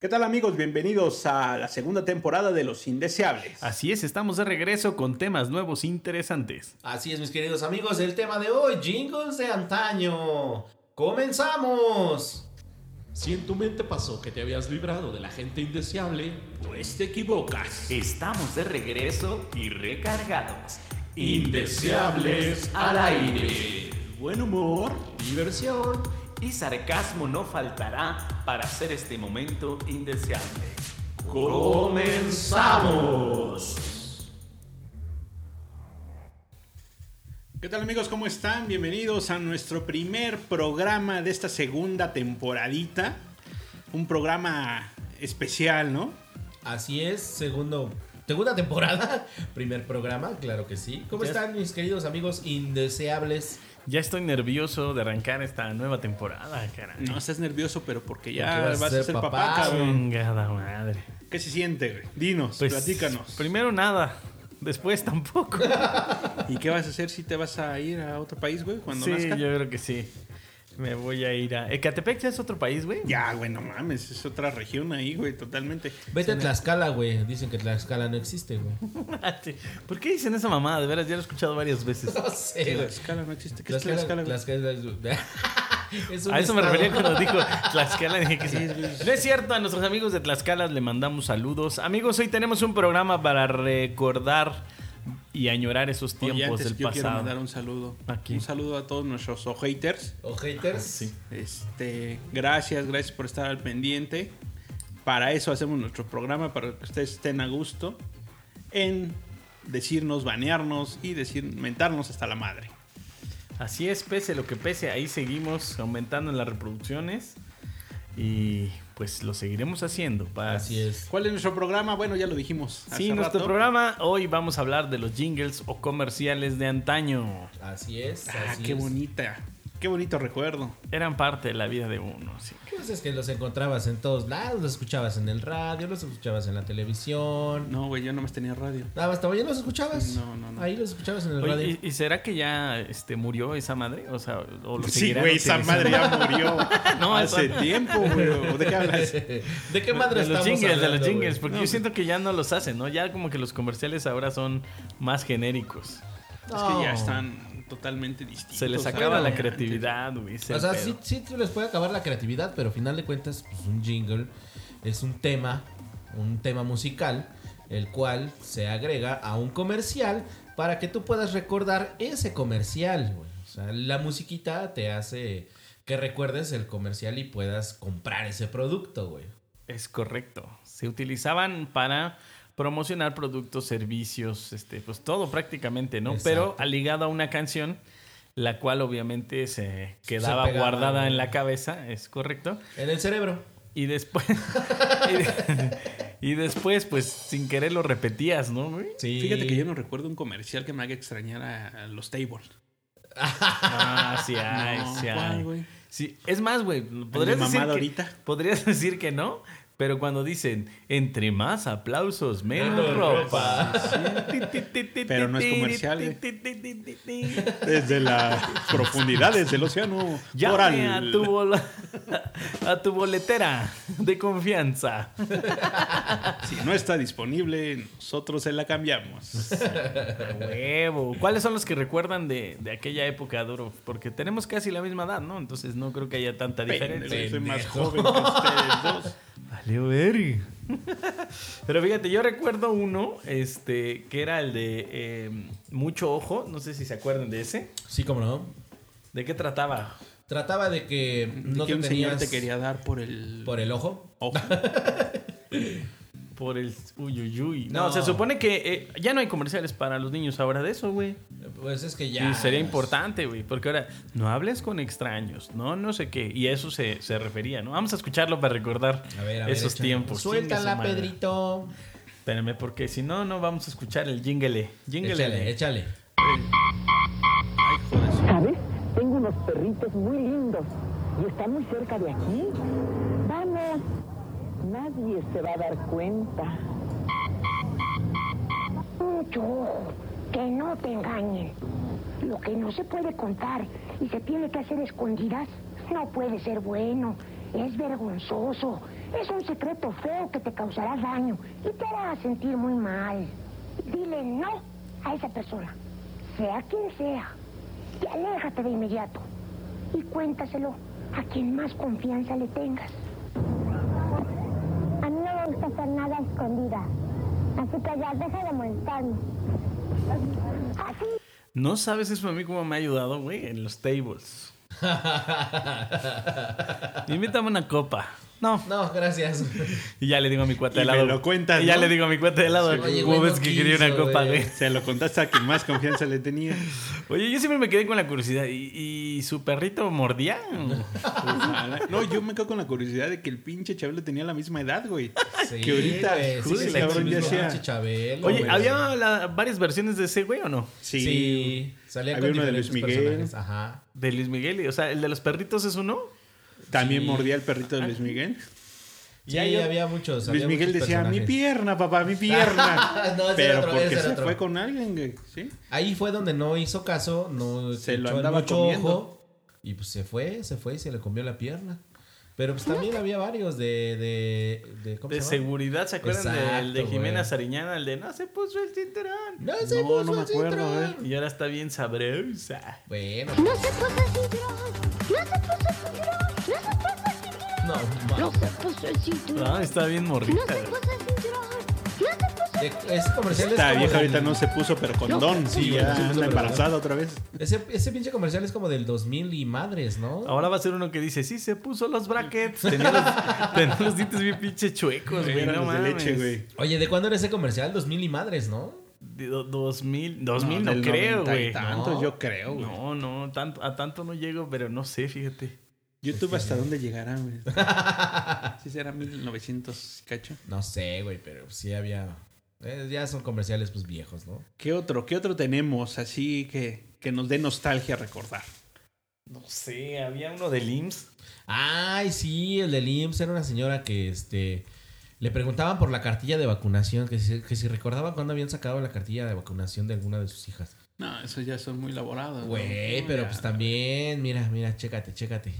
¿Qué tal amigos? Bienvenidos a la segunda temporada de Los Indeseables. Así es, estamos de regreso con temas nuevos interesantes. Así es, mis queridos amigos, el tema de hoy, jingles de antaño. ¡Comenzamos! Si en tu mente pasó que te habías librado de la gente indeseable, pues te equivocas. Estamos de regreso y recargados. Indeseables al aire. Buen humor. Diversión. Y sarcasmo no faltará para hacer este momento indeseable. ¡Comenzamos! ¿Qué tal amigos? ¿Cómo están? Bienvenidos a nuestro primer programa de esta segunda temporadita. Un programa especial, ¿no? Así es, segundo, segunda temporada, primer programa, claro que sí. ¿Cómo Ya. están mis queridos amigos indeseables? Ya estoy nervioso de arrancar esta nueva temporada, caray. Ah, No estás nervioso, pero porque ya Porque vas, a ser, papá, cabrón. Chingada madre. ¿Qué se siente, güey? Dinos, Pues, platícanos. Primero nada, después tampoco. ¿Y qué vas a hacer si te vas a ir a otro país, güey, cuando sí, nazca? yo creo que sí. Me voy a ir a. ¿Ecatepec ya es otro país, güey? Ya, güey, no mames, es otra región ahí, güey, totalmente. Vete a Tlaxcala, güey. Dicen que Tlaxcala no existe, güey. ¿Por qué dicen esa mamada? De veras, ya lo he escuchado varias veces. No Eh, sé, güey. Tlaxcala no existe. ¿Qué es Tlaxcala, Tlaxcala, güey? Tlaxcala es un- es un A eso me estado. refería cuando dijo Tlaxcala. dije que sí. No es cierto, a nuestros amigos de Tlaxcala le mandamos saludos. Amigos, hoy tenemos un programa para recordar y añorar esos Oye, tiempos antes del yo quiero pasado. mandar un saludo. Aquí. Un saludo a todos nuestros haters. ¿O haters? Sí. Este, gracias, gracias por estar al pendiente. Para eso hacemos nuestro programa, para que ustedes estén a gusto en decirnos, banearnos y decir, mentarnos hasta la madre. Así es, pese lo que pese, ahí seguimos aumentando en las reproducciones y pues lo seguiremos haciendo. para- Así es. ¿Cuál es nuestro programa? Bueno, ya lo dijimos. hace Sí, nuestro rato. programa hoy vamos a hablar de los jingles o comerciales de antaño. Así es. Ah, así qué es. bonita. Qué bonito recuerdo. Eran parte de la vida de uno. sí. Pues es que los encontrabas en todos lados, los escuchabas en el radio, los escuchabas en la televisión. No, güey, yo nomás tenía radio. Nada más, ¿también los escuchabas? No, no, no. Ahí los escuchabas en el Oye, radio. ¿y, y será que ya este, murió esa madre? O sea, o lo Sí, seguirán güey, esa madre utilizando? ya murió. No, hace esa- tiempo, güey. ¿O ¿De qué hablas? ¿De qué madre de los estamos jingles, de los hablando, jingles, güey? porque yo siento que ya no los hacen, ¿no? Ya como que los comerciales ahora son más genéricos. Es No. que ya están totalmente distintos. Se les ¿sabes? acaba la Antes. creatividad, güey. ese O sea, pedo. sí, sí te les puede acabar la creatividad, pero al final de cuentas, pues, un jingle es un tema, un tema musical, el cual se agrega a un comercial para que tú puedas recordar ese comercial, güey. O sea, la musiquita te hace que recuerdes el comercial y puedas comprar ese producto, güey. Es correcto. Se utilizaban para promocionar productos, servicios, este, pues todo prácticamente, ¿no? Exacto. Pero ligado a una canción, la cual obviamente se quedaba pegaba, guardada ¿no? en la cabeza, es correcto. En el cerebro. Y después. y, de- y después, pues, sin querer lo repetías, ¿no, güey? Sí. Fíjate que yo no recuerdo un comercial que me haga extrañar a a los tables. Ah, sí hay, No, sí hay. ¿cuál, güey? Sí, es más, güey, podrías de decir, mamada que, ahorita? podrías decir que no, pero cuando dicen entre más aplausos, menos Menos ropa. Pero no es comercial, Desde las profundidades del océano. Llame a tu, bol- a tu boletera de confianza. Si no está disponible, nosotros se la cambiamos. Huevo. ¿Cuáles son los que recuerdan de, de aquella época, Duro? Porque tenemos casi la misma edad, ¿no? Entonces no creo que haya tanta diferencia. Pendejo, soy más Pendejo. joven que ustedes dos. Valió ver. Pero fíjate, yo recuerdo uno, este, que era el de eh, Mucho Ojo, no sé si se acuerdan de ese. Sí, como no. ¿De qué trataba? Trataba de que no No que te un señor te tenías quería dar por el por el ojo. ojo. Por el uyuyuy. No, No. se supone que eh, ya no hay comerciales para los niños ahora de eso, güey. Pues es que ya. Y sería importante, güey, porque ahora no hables con extraños, no, no sé qué. Y a eso se, se refería, ¿no? Vamos a escucharlo para recordar A ver, a ver, esos échale. tiempos. Chinga su Suéltala, madre. Pedrito. Espérame, porque si no, no vamos a escuchar el jingle. Jingle. Échale, échale. Ay, joder. ¿Sabes? Tengo unos perritos muy lindos y están muy cerca de aquí. Vamos, nadie se va a dar cuenta. Mucho ojo, que no te engañen. Lo que no se puede contar y se tiene que hacer escondidas no puede ser bueno. Es vergonzoso. Es un secreto feo que te causará daño y te hará sentir muy mal. Dile no a esa persona, sea quien sea. Y aléjate de inmediato. Y cuéntaselo a quien más confianza le tengas. A mí no me gusta hacer nada a escondidas. Así que ya deja de molestarme. Así No sabes eso a mí cómo me ha ayudado, güey, en los tables. Invítame una copa. No. No, gracias. Y ya le digo a mi cuate de Y helado. me lo cuentas, Y ya ¿no? le digo a mi cuate de helado. Oye, ¿Cómo güey, ves no que quería una quiso, copa, güey. güey? Se lo contaste a quien más confianza le tenía. Oye, yo siempre me quedé con la curiosidad. ¿Y, y su perrito mordía? Ojalá. No, yo me quedo con la curiosidad de que el pinche Chabelo tenía la misma edad, güey. Sí, Que ahorita, güey, sí, joder, sí, cabrón, sí, ya sí, sea. pinche Chabelo, Oye, güey. ¿había la- varias versiones de ese güey o no? Sí. Sí, salía Había con uno de Luis diferentes Miguel. personajes. Ajá. De Luis Miguel. y- O sea, ¿el de los perritos es uno? También Sí. mordía el perrito de Luis Miguel. Sí, hay otro- había muchos. Luis había Miguel muchos decía, mi personajes. pierna, papá, mi pierna. No, ese era Pero otro, porque ese era se otro. fue con alguien, güey. ¿sí? Ahí fue donde no hizo caso, no Se lo echó andaba comiendo. y pues se fue, se fue y se le comió la pierna. Pero pues también había varios de de, de- ¿cómo De se llama? seguridad, ¿se acuerdan Exacto, del de Jimena güey. Sariñana? El de no se puso el cinturón. No, pues, se No, puso no me el cinturón. acuerdo, a ver. Y ahora está bien sabrosa. Bueno, No se puso el cinturón. No se puso el cinturón. No se puso el cinturón. No no, ma- se puso el cinturón. No, Ah, está bien No morrita. se güey. puso el cinturón. No se puso el de- ese comercial es Esta como vieja del- ahorita no se puso, pero con don. sí, Sí, güey, ya no se puso, anda pero embarazada otra vez. Ese, ese pinche comercial es como del 2000 y madres, ¿no? Oh. Ahora va a ser uno que dice, sí, se puso los brackets. Tenía los, tenía los dientes bien pinche chuecos, güey. Eran No los de mames. leche, güey. Oye, ¿de cuándo era ese comercial? 2000 y madres, ¿no? De do- 2000, 2000 no, del creo, 90 y güey. Tantos, No. yo creo, güey. No, no, tanto, a tanto no llego, pero no sé, fíjate. YouTube pues hasta dónde llegará, güey. Sí, será 1900, cacho. No sé, güey, pero sí había eh, ya son comerciales pues viejos, ¿no? ¿Qué otro? ¿Qué otro tenemos así que, que nos dé nostalgia recordar? No sé, había uno del IMSS. Ay, sí, el del IMSS era una señora que este le preguntaban por la cartilla de vacunación, que si, que si recordaba cuándo habían sacado la cartilla de vacunación de alguna de sus hijas. No, esos ya son muy elaborados. ¿no? Güey, No, pero ya. pues también, mira, mira, chécate, chécate.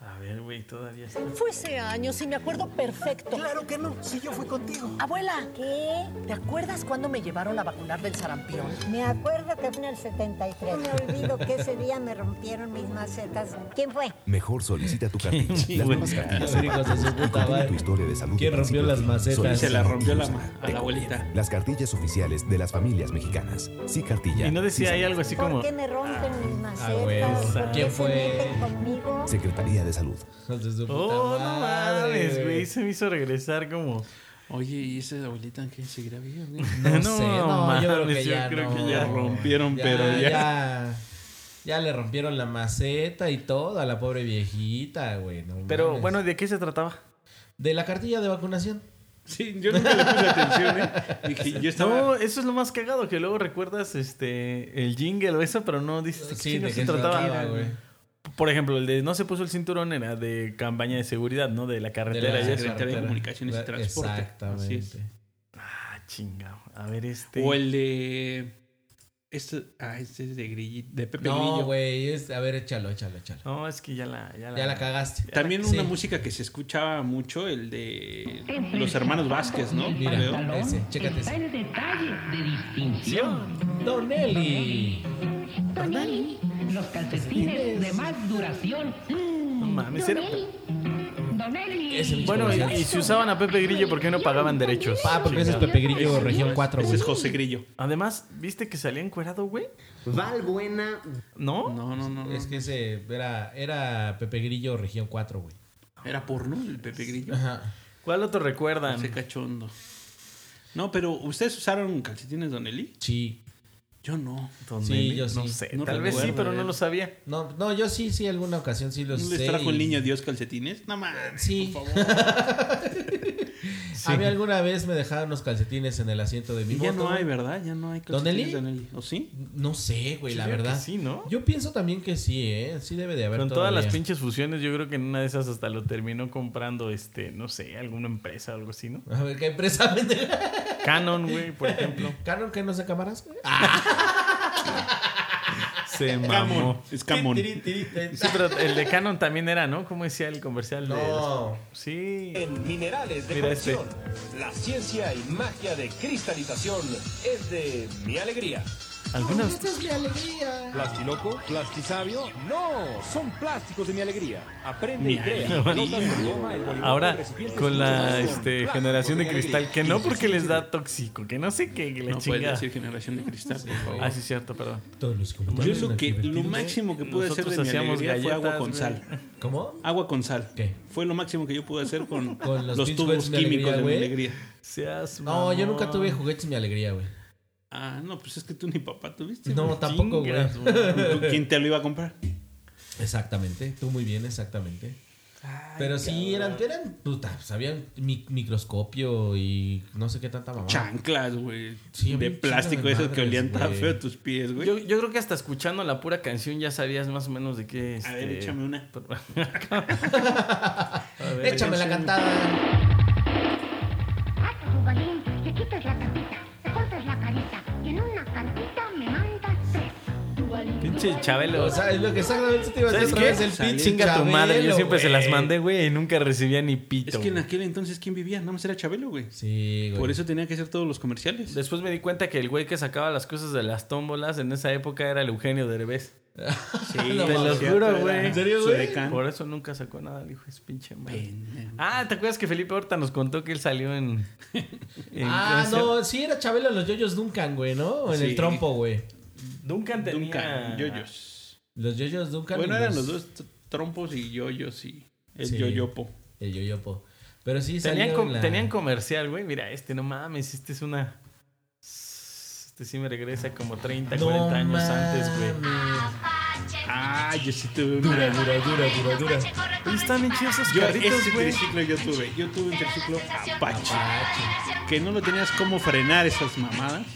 A ver, güey, todavía está. Fuese años y me acuerdo perfecto. Claro que no, si yo fui contigo. Abuela, ¿Qué? ¿te acuerdas cuando me llevaron a vacunar del sarampión? Me acuerdo que fue en el 73. No me olvido que ese día me rompieron mis macetas. ¿Quién fue? Mejor solicita tu cartilla. Las nuevas cartillas Los hijos de su puta contienen tu madre. historia de salud. ¿Quién de principio rompió las a fin. macetas? Solicita Se la rompió la, tus ma- a la abuelita. Las cartillas oficiales de las familias mexicanas. Sí, cartilla. Y no decía sí, ahí algo así como. ¿Por qué me rompen mis güey, macetas? ¿Por ¿quién qué fue? se meten conmigo? Secretaría de Salud. Hijos de su puta Oh, no madre, mames, güey. Se me hizo regresar como. Oye, ¿y esa abuelita que seguirá viva? güey? No, No, sé, no, yo creo mames, que yo ya creo no. que ya rompieron, pero ya. ya. ya le rompieron la maceta y todo a la pobre viejita, güey. no Pero mames. bueno, ¿de qué se trataba? De la cartilla de vacunación. Sí, yo nunca le puse atención, ¿eh? Dije, yo estaba... No, eso es lo más cagado, que luego recuerdas este el jingle o eso, pero no dices de qué Sí, chingas de se qué se trataba. trataba, güey. Por ejemplo, el de no se puso el cinturón era de campaña de seguridad, ¿no? De la De carretera. la y eso. Secretaría de cartera. Comunicaciones y La- Transporte. Así es. Exactamente. Ah, chingado. A ver, este. O el de... Este, ah, este es de, Grilli- de Pepe No, Grillo. güey. es- A ver, échalo, échalo, échalo. No, es que ya la. Ya la, Ya la cagaste. También Sí. una música que se escuchaba mucho, el de los hermanos Vázquez, ¿no? Mira, Creo. ese, chécate ese. el detalle de distinción. Don Eli. Tonelli, Los calcetines de más duración. Mm, No mames, era- Tonelli. Ese pinche Bueno, y, comercial. y si usaban a Pepe Grillo, ¿por qué no pagaban derechos? Ah, porque ese es Chingado. Pepe Grillo, región 4, Ese güey. es José Grillo. Además, ¿viste que salía encuerado, güey? Valbuena. ¿No? No, no, no. no. Es que ese era, era Pepe Grillo, región 4, güey. Era porno el Pepe Grillo. Ajá. ¿Cuál otro recuerdan? Ese cachondo. No, pero ¿ustedes usaron calcetines, Don Eli? Sí. Yo no. Don Sí, Eli, yo No sí. sé, No tal vez sí, recuerdo, pero eh. no lo sabía. No, no, yo sí, sí, alguna ocasión sí los ¿No les sé trajo y- el niño Dios calcetines? No mames. Sí. Por favor. A mí alguna vez me dejaron los calcetines en el asiento de mi Y ya moto. no hay, ¿verdad? Ya no hay ¿Don calcetines, Eli? Don Eli. ¿O sí? No sé, güey, Yo la creo que verdad. sí, ¿no? Yo pienso también que sí, ¿eh? Sí debe de haber Con todas las todavía. pinches fusiones, yo creo que en una de esas hasta lo terminó comprando, este, no sé, alguna empresa o algo así, ¿no? A ver, ¿qué empresa vende? Canon, güey, por ejemplo. ¿Canon que no se cámaras? güey? Se mamó. Es Camón. Sí, pero el de Canon también era, ¿no? ¿Cómo decía el comercial? de- No. Sí. En Minerales de Mira este. Colección, la ciencia y magia de cristalización es de mi alegría. Algunas. es mi alegría. ¿Plastiloco? ¿Plastisabio? No, son plásticos de mi alegría. Aprende Mi y crea. alegría. Notas con goma, el bolígrafo, Ahora, recipientes con la exclusivos con este, plásticos generación de mi alegría. cristal, que no porque les da tóxico, que no sé qué, que la No puedes chingada. decir generación de cristal, por favor. Ah, sí, cierto, perdón. Todos los Yo eso que lo máximo que pude hacer de mi alegría fue agua con sal. ¿Cómo? Agua con sal. Fue lo máximo que yo pude hacer con, Con los los, pinches tubos juguetes de mi químicos alegría, de mi güey. alegría. No, yo nunca tuve juguetes mi alegría, güey. Ah, no, pues es que tú ni papá tuviste. No, güey. tampoco, güey. Chingas, ¿Tú ¿Quién te lo iba a comprar? Exactamente, tú muy bien, exactamente. Pero sí, eran, eran, pues, puta, sabían microscopio y no sé qué tanta mamá. Chanclas, güey. Sí, a mí de me plástico, chingan esos madres, que olían tan güey. feo tus pies, güey. Yo, yo creo que hasta escuchando la pura canción ya sabías más o menos de qué. este, A ver, échame una. Pues A ver, Échame la échame. cantada. Ah, Jugarín, le quitas la capita, le cortas la carita y en una cantita me mandas tres. Pinche Chabelo. O sea, es lo que exactamente te iba a decir ¿Sabes qué? otra vez, el pinche Chinga tu madre. Yo Chabelo, siempre se las güey. mandé, güey, y nunca recibía ni Es pito. que en güey. aquel entonces, ¿quién vivía? Nada más era Chabelo, güey. Sí, güey. Por eso tenía que hacer todos los comerciales. Después me di cuenta que el güey que sacaba las cosas de las tómbolas en esa época era el Eugenio Derbez. Sí, te lo cierto, juro, era güey. ¿En serio, Su güey? decano. Por eso nunca sacó nada, el hijo es pinche madre. Ah, ¿te acuerdas que Felipe Horta nos contó que él salió en. en- Ah, en- no, sí era Chabelo en los yoyos Duncan, güey, ¿no? O en Sí. el trompo, güey. Duncan tenía. Duncan, yoyos. Los yoyos Duncan. Bueno, y eran los dos t- trompos y yoyos y el Sí. yoyopo. El yoyopo. Pero sí Tenían, salió com- en la- tenían comercial, güey. Mira, este, no mames, este es una. Este sí me regresa como 30, No 40 años antes, güey. Ah, yo sí tuve una. Dura, dura, dura, dura, dura. Ahí están bien chidos esos Yo carritos, ese güey. triciclo yo tuve. Yo tuve un triciclo Apache. Que no lo tenías ccomo frenar esas mamadas.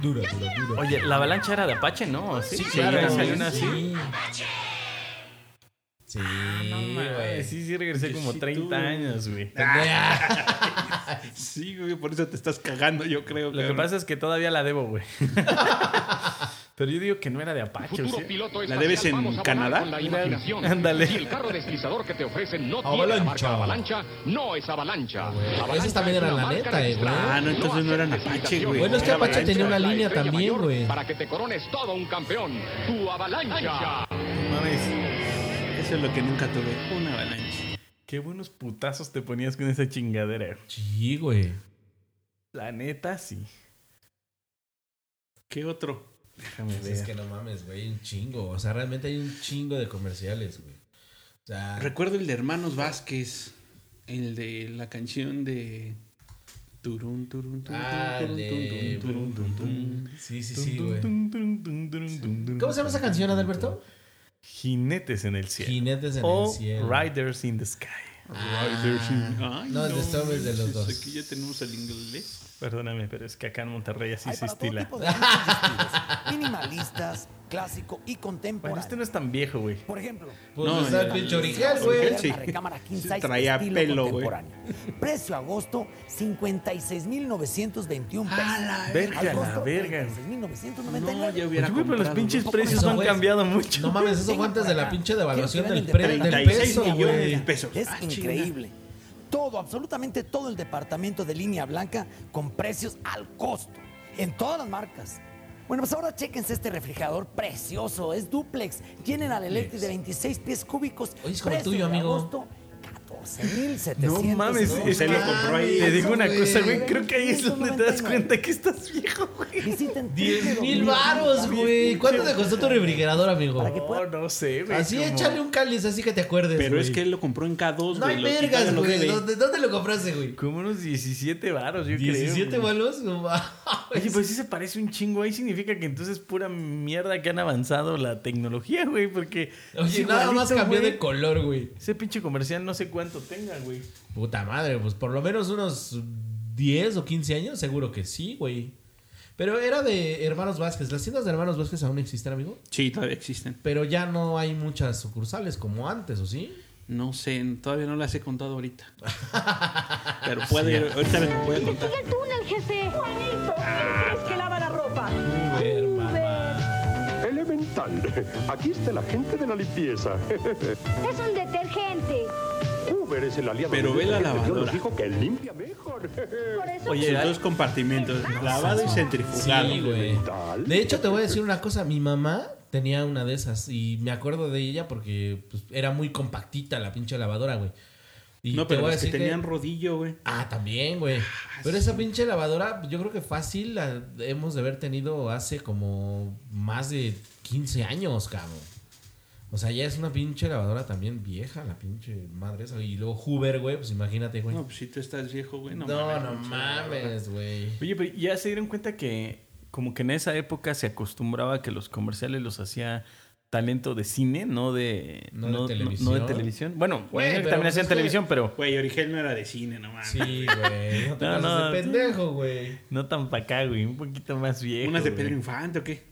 Dura, dura, dura. Oye, la avalancha era de Apache, ¿no? Sí, Sí, claro, salió una sí. así. Ah, Sí, mames, güey. sí, sí regresé Yo como sí 30 tuve. años, güey. Sí, güey, por eso te estás cagando, yo creo. Lo que pasa es que todavía la debo, güey. Pero yo digo que no era de Apache. Futuro ¿sí? piloto ¿La espacial, debes en vamos a volar Canadá? con la imaginación. Ándale. Si el carro deslizador que te ofrecen no tiene Avalancha. la marca avalancha, no es avalancha. avalancha Esos también es eran una la marca neta, eh, güey. registrada. Ah, no, entonces no eran Apache, güey. Bueno, es que Era Apache Avalanche. tenía una La línea estrella también, mayor güey. Para que te corones todo un campeón, tu avalancha. Eso es lo que nunca tuve. Una avalancha. Qué buenos putazos te ponías con esa chingadera. güey. Sí, güey. La neta, sí. ¿Qué otro? Déjame Pues ver. Es que no mames, güey, hay un chingo. O sea, realmente hay un chingo de comerciales, güey. O sea, Recuerdo el de Hermanos Vázquez. El de la canción de. Turun, turun, turun, Ah, turun, de- turun, turun, turun, turun. sí, sí, Dun, sí, dun, güey. dun, dun, dun, dun, dun, dun, ¿Cómo se llama esa canción, Adalberto? Jinetes en el cielo. Jinetes en el o cielo. Riders in the Sky. Ah, Ay, no, es de Storm, es de manches, los dos. Aquí ya tenemos el inglés. Perdóname, pero es que acá en Monterrey así se estila. Minimalistas, clásico y Bueno, contemporáneo. este no es tan viejo, güey. Por ejemplo, Pues No, está el- el pinche original, güey. sí. la recámara king Sí, size traía estilo pelo, güey. contemporáneo. Precio agosto 56.921 pesos. verga, Al la costo, verga. 36,999. No, ya Oye, hubiera güey, pero los comprado. pinches Un poco precios más, no han güey. cambiado mucho. No mames, eso Tengo fue antes por de la acá. pinche devaluación Quiero que del, vean pre- del 36 peso, millones güey. de pesos. Es Ah, chinga. increíble. Todo, absolutamente todo el departamento de línea blanca con precios al costo. En todas las marcas. Bueno, pues ahora chéquense este refrigerador precioso. Es duplex. General Electric de 26 pies cúbicos. Oye, es como el Precio tuyo, de amigo. agosto, 14.700. No mames, No es Se lo que- compró ahí. Te digo una güey. cosa, güey. Creo que ahí es donde te das cuenta que estás viejo, güey. Visiten 10 mil varos, güey. ¿Cuánto te costó tu refrigerador, amigo? Para que puedan No, no sé, güey. Así como- échale un cáliz, así que te acuerdes, Pero es güey. que él lo compró en K2, No güey. hay lo- vergas, lo güey. debe. ¿Dónde, dónde lo compraste, güey? Como unos 17 varos, yo creo. ¿17 güey. balos? No mames. Oye, pues sí se parece un chingo. Ahí significa que entonces pura mierda que han avanzado la tecnología, güey. Porque. es Oye, nada más pues, igualito, cambió güey. de color, güey. Ese pinche comercial no sé cuánto tenga, güey. Puta madre, pues por lo menos unos 10 o 15 años, seguro que sí, güey. Pero era de Hermanos Vázquez. Las tiendas de Hermanos Vázquez aún existen, amigo. Sí, todavía existen. Pero ya no hay muchas sucursales como antes, ¿o sí? No sé, todavía no las he contado ahorita. Pero puedo ir, ahorita les voy a contar. el túnel, jefe! ¡Juanito! ¿Quién crees que lava la ropa? Uber, mamá. Element. están? Aquí está la gente de la limpieza. Es un detergente. Uber es el aliado. Pero de ve la gente que nos lavadora. dijo que limpia Por eso Oye, dos compartimentos, lavado y centrifugado. Sí, güey. De hecho, te voy a decir una cosa. Mi mamá tenía una de esas y me acuerdo de ella porque pues, era muy compactita la pinche lavadora, güey. Y No, te pero voy a las que decir tenían Ah, rodillo, güey. Ah, también, güey. Pero esa pinche lavadora, yo creo que fácil la hemos de haber tenido hace como más de 15 años, cabrón. O sea, ya es una pinche lavadora también vieja, la pinche madre esa. Y luego Hoover, güey, pues imagínate, güey. No, pues si tú estás viejo, güey. No, No, mames, no pinche mames, lavadora. güey. Oye, pero ya se dieron cuenta que como que en esa época se acostumbraba que los comerciales los hacía talento de cine, no de No de televisión. no de televisión. Bueno, Güey, imagino que pero también pues hacían es que- televisión, pero Güey, Origel no era de cine, no mames. Sí, güey. No te No, pases no. de pendejo, güey. no tan para acá, güey, un poquito más viejo. ¿Unas de güey. Pedro Infante o qué?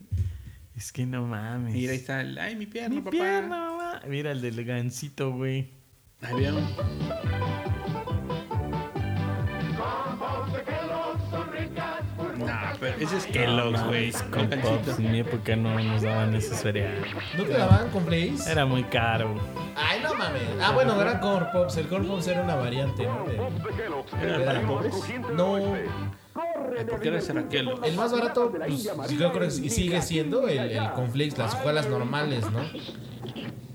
Es que no mames. Mira, ahí está. el- Ay, mi pierna, Mi papá. pierna, mamá. Mira el del gancito, güey. Ahí vieron. No, pero ese es Kellogg's, güey. Con Con Pops. En mi época no nos daban ese cereal. ¿No te daban con Blaze? Era muy caro. Ay, no mames. Ah, bueno, era Corn Pops. El Corn Pops era una variante, ¿no? De- ¿Era para pobres? No. ¿Por qué era ese Kellogg's? El más barato, pues, yo creo que sí- sigue siendo el, el Conflakes, las hojuelas normales, ¿no?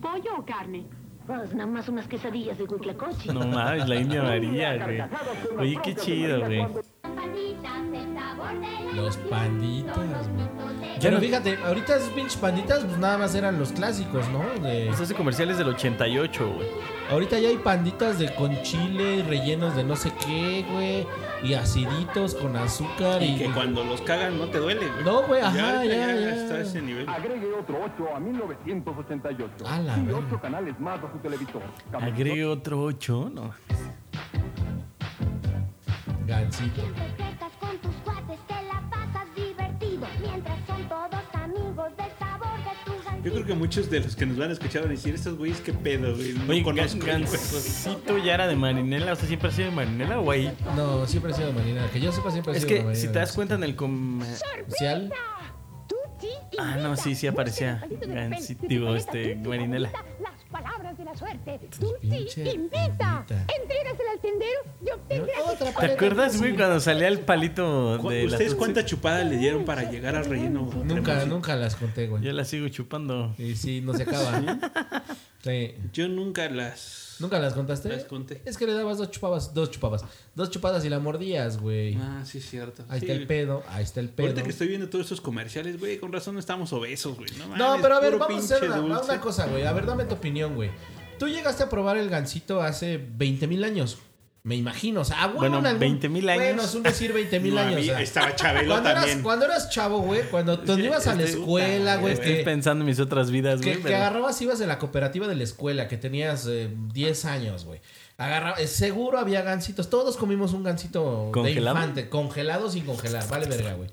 ¿Pollo o carne? Pues nada más unas quesadillas de Huitlacoche. No mames, la India María, güey. Oye, qué chido, güey. Los panditas, güey. Pero fíjate, ahorita esos pinches panditas, pues nada más eran los clásicos, ¿no? De- Pues ese comercial es del 88, güey. ahorita ya hay panditas de con chile, rellenos de no sé qué, güey. Y aciditos con azúcar y. Y que cuando los cagan no te duele, güey. No, güey, ajá, ahorita ya, ya. está a ese nivel. Agregue otro 8 a 1988. A la y verga. 8 canales más a su televisor. Agregue otro 8, no. Gansito. con tus cuates te la pasas divertido. Mientras son todos amigos del sabor de tu Yo creo que muchos de los que nos van a escuchar van a decir, estos güeyes, qué pedo, güey. No Oye, conozco. Gan- Gansito ya era de marinela. O sea, siempre ha sido de marinela, güey. No, siempre ha sido marinera. Que yo sepa, siempre ha Es sido que marinera. si te das cuenta en el comercial. Especial. Ah, no, sí, sí aparecía. Gansito, digo, este, marinela. Las palabras de la suerte. Tú pinche sí invita. Entrégasela al tendero y obtendrás otra ¿Te acuerdas, güey, cuando salía el palito ¿Cu- de la ¿Ustedes Tutsi? cuánta chupada le dieron para llegar al relleno? Nunca, nunca las conté, güey. Yo la sigo chupando. Y sí, no se acaba. Sí. Yo nunca las... ¿Nunca las contaste? Las conté. Es que le dabas dos chupadas, dos chupadas, dos chupadas y la mordías, güey. Ah, sí, es cierto. Ahí Sí, está el güey. pedo, ahí está el pedo. Ahorita que estoy viendo todos esos comerciales, güey, con razón no estamos obesos, güey. No, No, mames, pero a ver, puro vamos a hacer pinche una, una dulce. cosa, güey. A ver, dame tu opinión, güey. Tú llegaste a probar el gansito hace 20 mil años. Me imagino, o sea, a huevo Bueno, en algún- 20,000 años. Bueno, es un decir 20 mil No, a años. mí o sea. estaba Chabelo cuando también. Eras, cuando eras chavo, güey, cuando tú Este, ibas a la escuela, güey, Estoy que, pensando en mis otras vidas, que- güey. que pero- agarrabas, ibas de la cooperativa de la escuela, que tenías eh, 10 años, güey. Agarra, eh, seguro había gansitos. Todos comimos un gansito ¿Congelado? de infante, congelado sin congelar. Vale, verga, güey.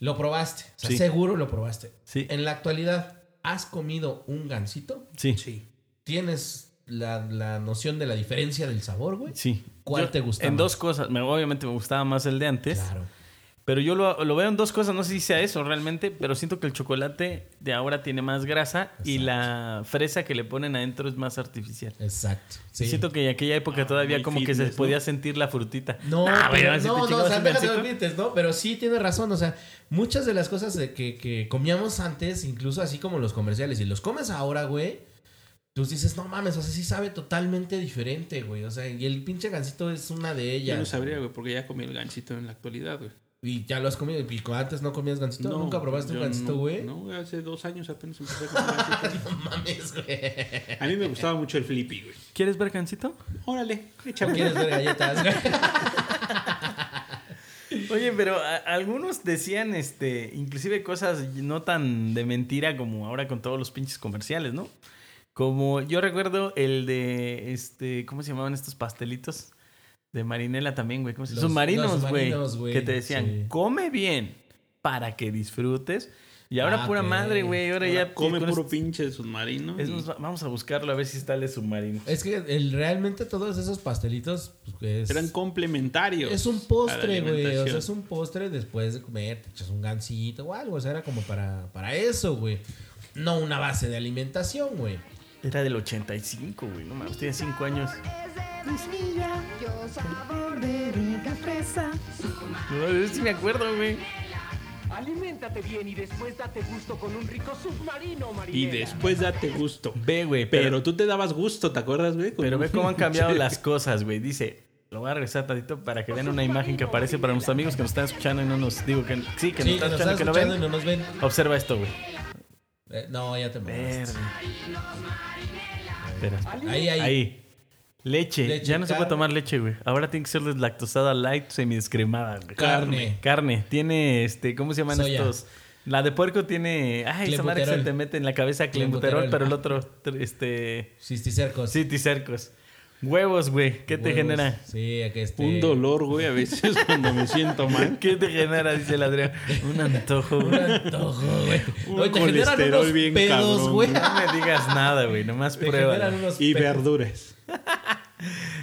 Lo probaste, o sea, Sí. seguro lo probaste. Sí. En la actualidad, ¿has comido un gansito? Sí, Sí. ¿Tienes la, la noción de la diferencia del sabor, güey? sí. ¿Cuál Yo- te gusta En más? dos cosas. Me- Obviamente me gustaba más el de antes. Claro. Pero yo lo, lo veo en dos cosas. No sé si sea eso realmente, pero siento que el chocolate de ahora tiene más grasa y la fresa que le ponen adentro es más artificial. Exacto. Sí. Ah, Siento que en aquella época todavía muy como que fitness, se ¿no? podía sentir la frutita. No, Ah, pero- güey, si te no, no, chingabas o sea, un déjate de gansito. dormirtes, ¿no? Pero sí tienes razón, o sea, muchas de las cosas de que, que comíamos antes, incluso así como los comerciales, y los comes ahora, güey, tú dices, no mames, o sea, sí sabe totalmente diferente, güey, o sea, y el pinche gansito es una de Ya ellas. no sabría, güey, porque ya comí el ganchito en la actualidad, güey. Y ya lo has comido, y antes no comías gansito, No, nunca probaste un yo gansito, no- güey. No, güey, hace dos años apenas empecé a comer gansito. No mames, güey. A mí me gustaba mucho el Flippy, güey. ¿Quieres ver gancito? Órale, ¿No échame. quieres ver galletas, güey? Oye, pero a- algunos decían, este, inclusive cosas no tan de mentira como ahora con todos los pinches comerciales, ¿no? Como yo recuerdo el de, este, ¿cómo se llamaban estos pastelitos? De marinela también, güey. ¿cómo se- Los- los submarinos, güey. submarinos, güey, Que te decían, sí. come bien para que disfrutes. Y ahora Ah, pura ok. madre, güey. Ahora, Ahora ya come con puro es- pinche submarino. es y- más, vamos a buscarlo a ver si está el de submarino. Es que el- realmente todos esos pastelitos pues, es- Eran complementarios. es un a la postre, güey. O alimentación. sea, es un postre después de comer, te echas un gansito o algo. O sea, era como para, para eso, güey. no una base de alimentación, güey. Era del 85, güey. No mames, tiene 5 años. Vainilla, yo sabor de rica fresa. No, yo sí me acuerdo, güey. Aliméntate bien y después date gusto con un rico submarino, Y después date gusto. Ve, güey. Pero, tú te dabas gusto, ¿te acuerdas, güey? Con- Pero ve cómo han cambiado las cosas, güey. Dice, lo voy a regresar tantito para que vean una imagen que aparece para nuestros amigos que nos están escuchando y no nos. Digo que. Sí, que nos están Sí, que nos escuchando, están que lo escuchando ven. y no nos ven. Observa esto, güey. Eh, no, ya te mamaste. Espera. Ahí, ahí. Leche. Leche, Ya no se puede carne. tomar leche, güey. Ahora tiene que ser deslactosada light, semidescremada, güey. Carne. Carne. Tiene, este, ¿cómo se llaman Soya. estos? La de puerco tiene. Ay, esa madre que se Clenbuterol. te mete en la cabeza clembuterol, Clenbuterol, pero el ah. otro, tr- este. Cisticercos. Cisticercos. Huevos, güey. ¿Qué te Huevos. genera? Sí, aquí este... Un dolor, güey, a veces cuando me siento mal. ¿Qué te genera? Dice el Adrián. Un antojo, güey. Un antojo, güey. Un Oye, te generan colesterol unos bien pedos, cabrón, güey. No me digas nada, güey. Nomás prueba. Y verduras.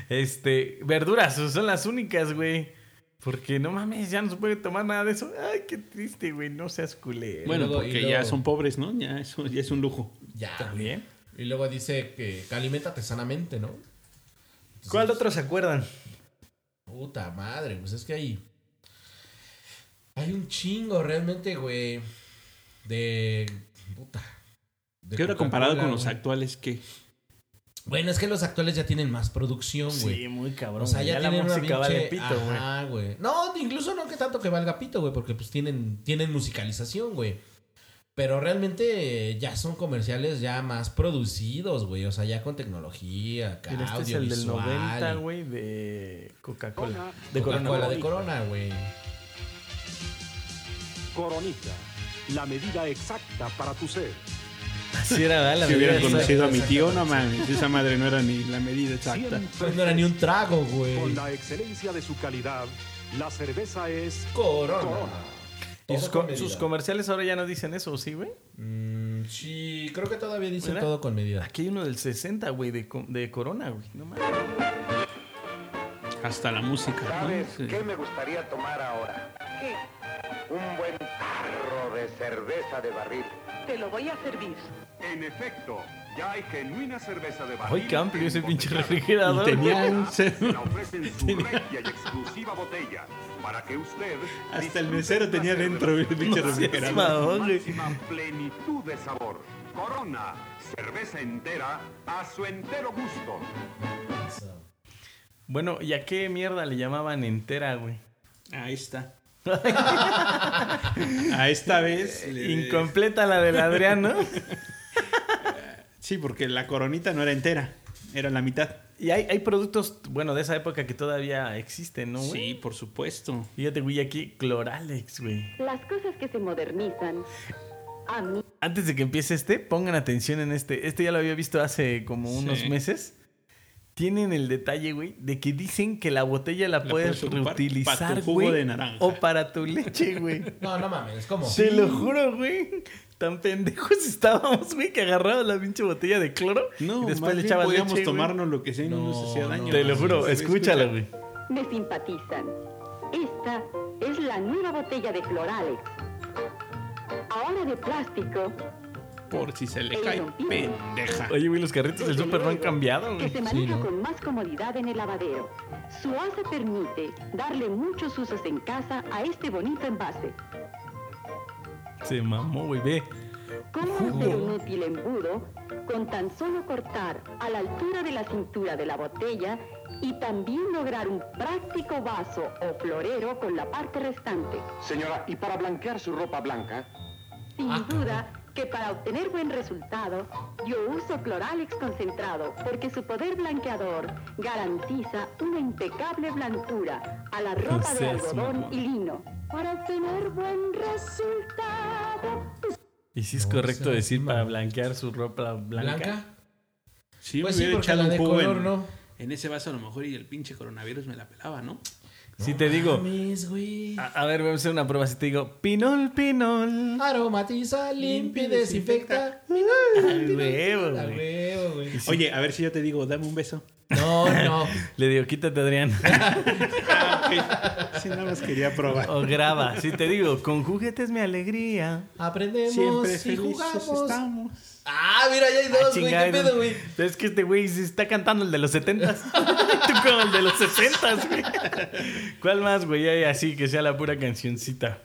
Este, verduras son las únicas, güey. Porque no mames, ya no se puede tomar nada de eso. Ay, qué triste, güey. No seas culero. Bueno, luego- porque y ya luego- son pobres, ¿no? Ya es, ya es un lujo. Ya. También. Y luego dice que, que aliméntate sanamente, ¿no? ¿Cuál otro se acuerdan? Puta madre, pues es que hay. Hay un chingo realmente, güey. De. Puta. de ¿Qué ahora comparado Coca-Cola, con los güey. actuales que Bueno, es que los actuales ya tienen más producción, güey. Sí, muy cabrón. O sea, güey. ya, Ya la tienen una música pinche- vale pito, güey. Ajá, güey. No, incluso no que tanto que valga pito, güey, porque pues tienen, tienen musicalización, güey. Pero realmente eh, ya son comerciales ya más producidos, güey. O sea, ya con tecnología, Mira, audio, este es el del 90, güey, de Coca-Cola. De De Corona, Corona. de Corona, güey. Coronita, la medida exacta para tu ser. Así era, ¿verdad? La si medida hubieran exacta. conocido a mi tío, no mames, esa madre no era ni la medida exacta. No era ni un trago, güey. Con la excelencia de su calidad, la cerveza es Corona. Y sus, co- Todo con medida. sus comerciales ahora ya no dicen eso, ¿o ¿sí, güey? Mm, sí, creo que todavía dicen Mira. todo con medida. Aquí hay uno del 60, güey, de, co- de Corona, güey. No mames. Hasta la música. ¿no? ¿Sabes Sí. qué me gustaría tomar ahora? ¿Qué? Un buen tarro de cerveza de barril. Te lo voy a servir. En efecto, ya hay genuina cerveza de barril. Ay, qué amplio ese en pinche botella. refrigerador. Tenían- Se la ofrecen su regia y exclusiva botella para que usted Hasta el mesero tenía dentro el pinche disfrute refrigerador. de su máxima plenitud de sabor. Corona, cerveza entera a su entero gusto. Bueno, ¿y a qué mierda le llamaban entera, güey? Ahí está. A esta vez. le- Incompleta la del Adrián, ¿no? Sí, porque la coronita no era entera, era la mitad. Y hay, hay productos, bueno, de esa época que todavía existen, ¿no, güey? Sí, por supuesto. Fíjate, güey, aquí Cloralex, güey. Las cosas que se modernizan, a mí Antes de que empiece este, pongan atención en este. Este ya lo había visto hace como unos Sí. meses. Tienen el detalle, güey, de que dicen que la botella la, La puedes, puedes ocupar reutilizar, para tu jugo güey, de naranja. o para tu leche, güey. No, no mames, ¿cómo? Te lo juro, güey. Tan pendejos estábamos, güey, que agarramos la pinche botella de cloro No, y después más le bien echabas podíamos leche, güey. tomarnos lo que sea y no, nos hacía daño. Te lo juro, Sí, escúchala, güey. me simpatizan. Esta es la nueva botella de Cloralex. Ahora de plástico, Por si se le cae pendeja. Oye, güey, los carritos del súper no han cambiado, que güey. se maneja con más comodidad en el lavadero. Su asa permite darle muchos usos en casa a este bonito envase. Se mamó, güey, ve. ¿Cómo hacer un útil embudo con tan solo cortar a la altura de la cintura de la botella y también lograr un práctico vaso o florero con la parte restante? Señora, ¿y para blanquear su ropa blanca? Sin Ah, duda que para obtener buen resultado, yo uso Cloralex concentrado porque su poder blanqueador garantiza una impecable blancura a la ropa de seas algodón mamón. y lino. Para obtener buen resultado, ¿Y si es No, correcto se decir para blanquear su ropa blanca? ¿Blanca? Sí, Pues me sí, hubiera porque echado la un de jugo color, en, ¿no? en ese vaso a lo mejor y el pinche coronavirus me la pelaba, ¿no? Si te digo, Mames, güey. a, a ver, vamos a hacer una prueba. Si te digo, pinol, pinol. Aromatiza, limpia y desinfecta. Al huevo, A güey. huevo, güey. Y si- Oye, a ver si yo te digo, dame un beso. No, no. Le digo, quítate, Adrián. Ah, ok. Sí, nada más quería probar. O graba, sí te digo, con juguetes mi alegría. Aprendemos Siempre y felices jugamos. estamos. Ah, mira, ya hay Ah, dos, güey. chingada, ¿Qué pedo, güey? Es que este güey se está cantando el de los 70s. Tú con el de los 60s, güey. ¿Cuál más, güey? Hay así que sea la pura cancioncita.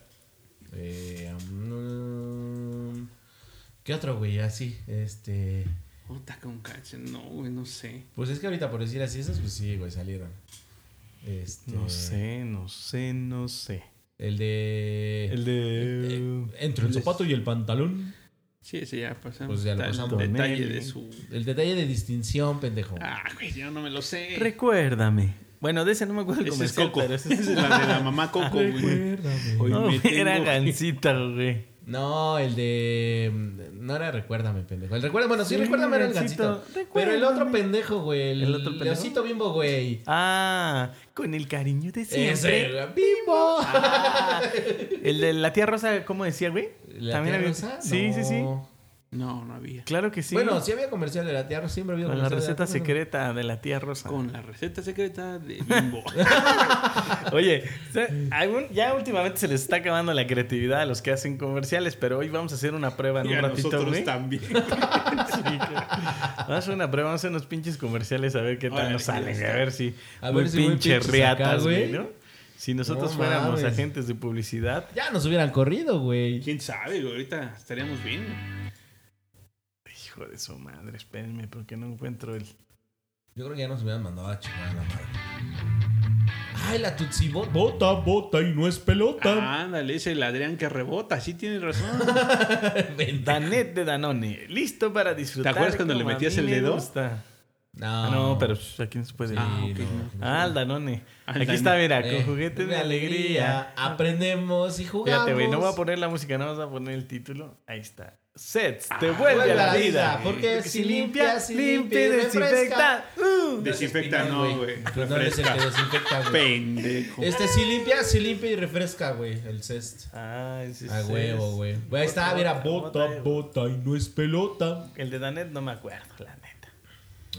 Eh, mm, ¿Qué otro, güey? Así, este... Puta con canción. No, güey, no sé. Pues es que ahorita por decir así esas, pues sí, güey, salieron. Este... No sé, no sé, no sé. El de... Eh, eh, El de. Entre el zapato y el pantalón. Sí, sí, ya pasamos. Pues ya lo Está el pasamos. detalle de su. El detalle de distinción, pendejo. Ah, güey, yo no me lo sé. Recuérdame. Bueno, de ese no me acuerdo el Ese es comercial, Coco. pero ese Esa es la de la mamá Coco, güey. Recuérdame. Hoy No, me güey, era tengo- Gansita, güey. No, el de. mm, No era Recuérdame, pendejo. El recuerda, bueno, sí, Sí, recuérdame era el Gansito, gancito. recuérdame. Pero el otro pendejo, güey. El, ¿El otro pendejo? Leoncito bimbo, güey. Ah, con el cariño de siempre. Ah. Ese, güey, bimbo. El de la tía Rosa, ¿cómo decía, güey? ¿La También tía había- Rosa? Sí, sí, sí. No. No, no había. Claro que sí. Bueno, sí había comercial de la tierra, siempre había Con la comercial de receta tierra. secreta de la tía Rosa. Con la receta secreta de Bimbo. Oye, se- algún- ya últimamente se les está acabando la creatividad a los que hacen comerciales, pero hoy vamos a hacer una prueba en y un a ratito, nosotros güey. también. Sí, claro. Vamos a hacer una prueba, vamos a hacer unos pinches comerciales a ver qué tal Órale, nos salen, ya está. a ver si A muy ver si muy pinche pinches acá, riatas, güey. güey, ¿no? Si nosotros No fuéramos mames. agentes de publicidad, Ya nos hubieran corrido, güey. ¿Quién sabe? güey? Ahorita estaríamos bien. hijo de su madre, espérenme porque no encuentro el Yo creo que ya nos hubieran mandado a chingar a la madre. Ay, la Tutsi bot- Bota, bota y no es pelota. Ándale, es el Adrián que rebota. Sí tienes razón. Danet de Danone, listo para disfrutar. acuerdas cuando le como a metías mí el me dedo? gusta. No, Ah, no, pero pues, aquí no se puede. Ah, ok, no. no. Ah, el Danone. Al Danone. Aquí está, mira, Eh, con juguetes de alegría. Aprendemos y jugamos. Fíjate, güey, no voy a poner la música, no vas a poner el título. Ahí está. Sets, te vuelve a la vida. Porque si limpias, si limpia y limpias, desinfecta. desinfecta. Uh. Desinfecta, no, güey. Pues no eres el que Refresca. desinfecta, güey. Pendejo. Este sí limpia, sí limpia y refresca, güey. El cest. Ah, ese A es- huevo, güey. Güey, Ahí está, mira, bota, bota y no es pelota. El de Danet no me acuerdo, la neta.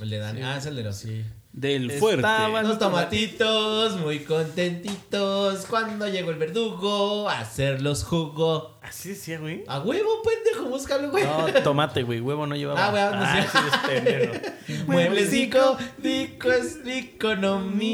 El de Dan. Ah, es el de los sí. Del fuerte. Estaban Los tomatitos muy contentitos cuando llegó el verdugo a hacerlos jugo. Así decía, güey. A huevo, pendejo, búscalo, güey. No, tomate, güey. Huevo no llevaba. Ah, güey, no sé. sí, es pendejo. Mueblecico, dico es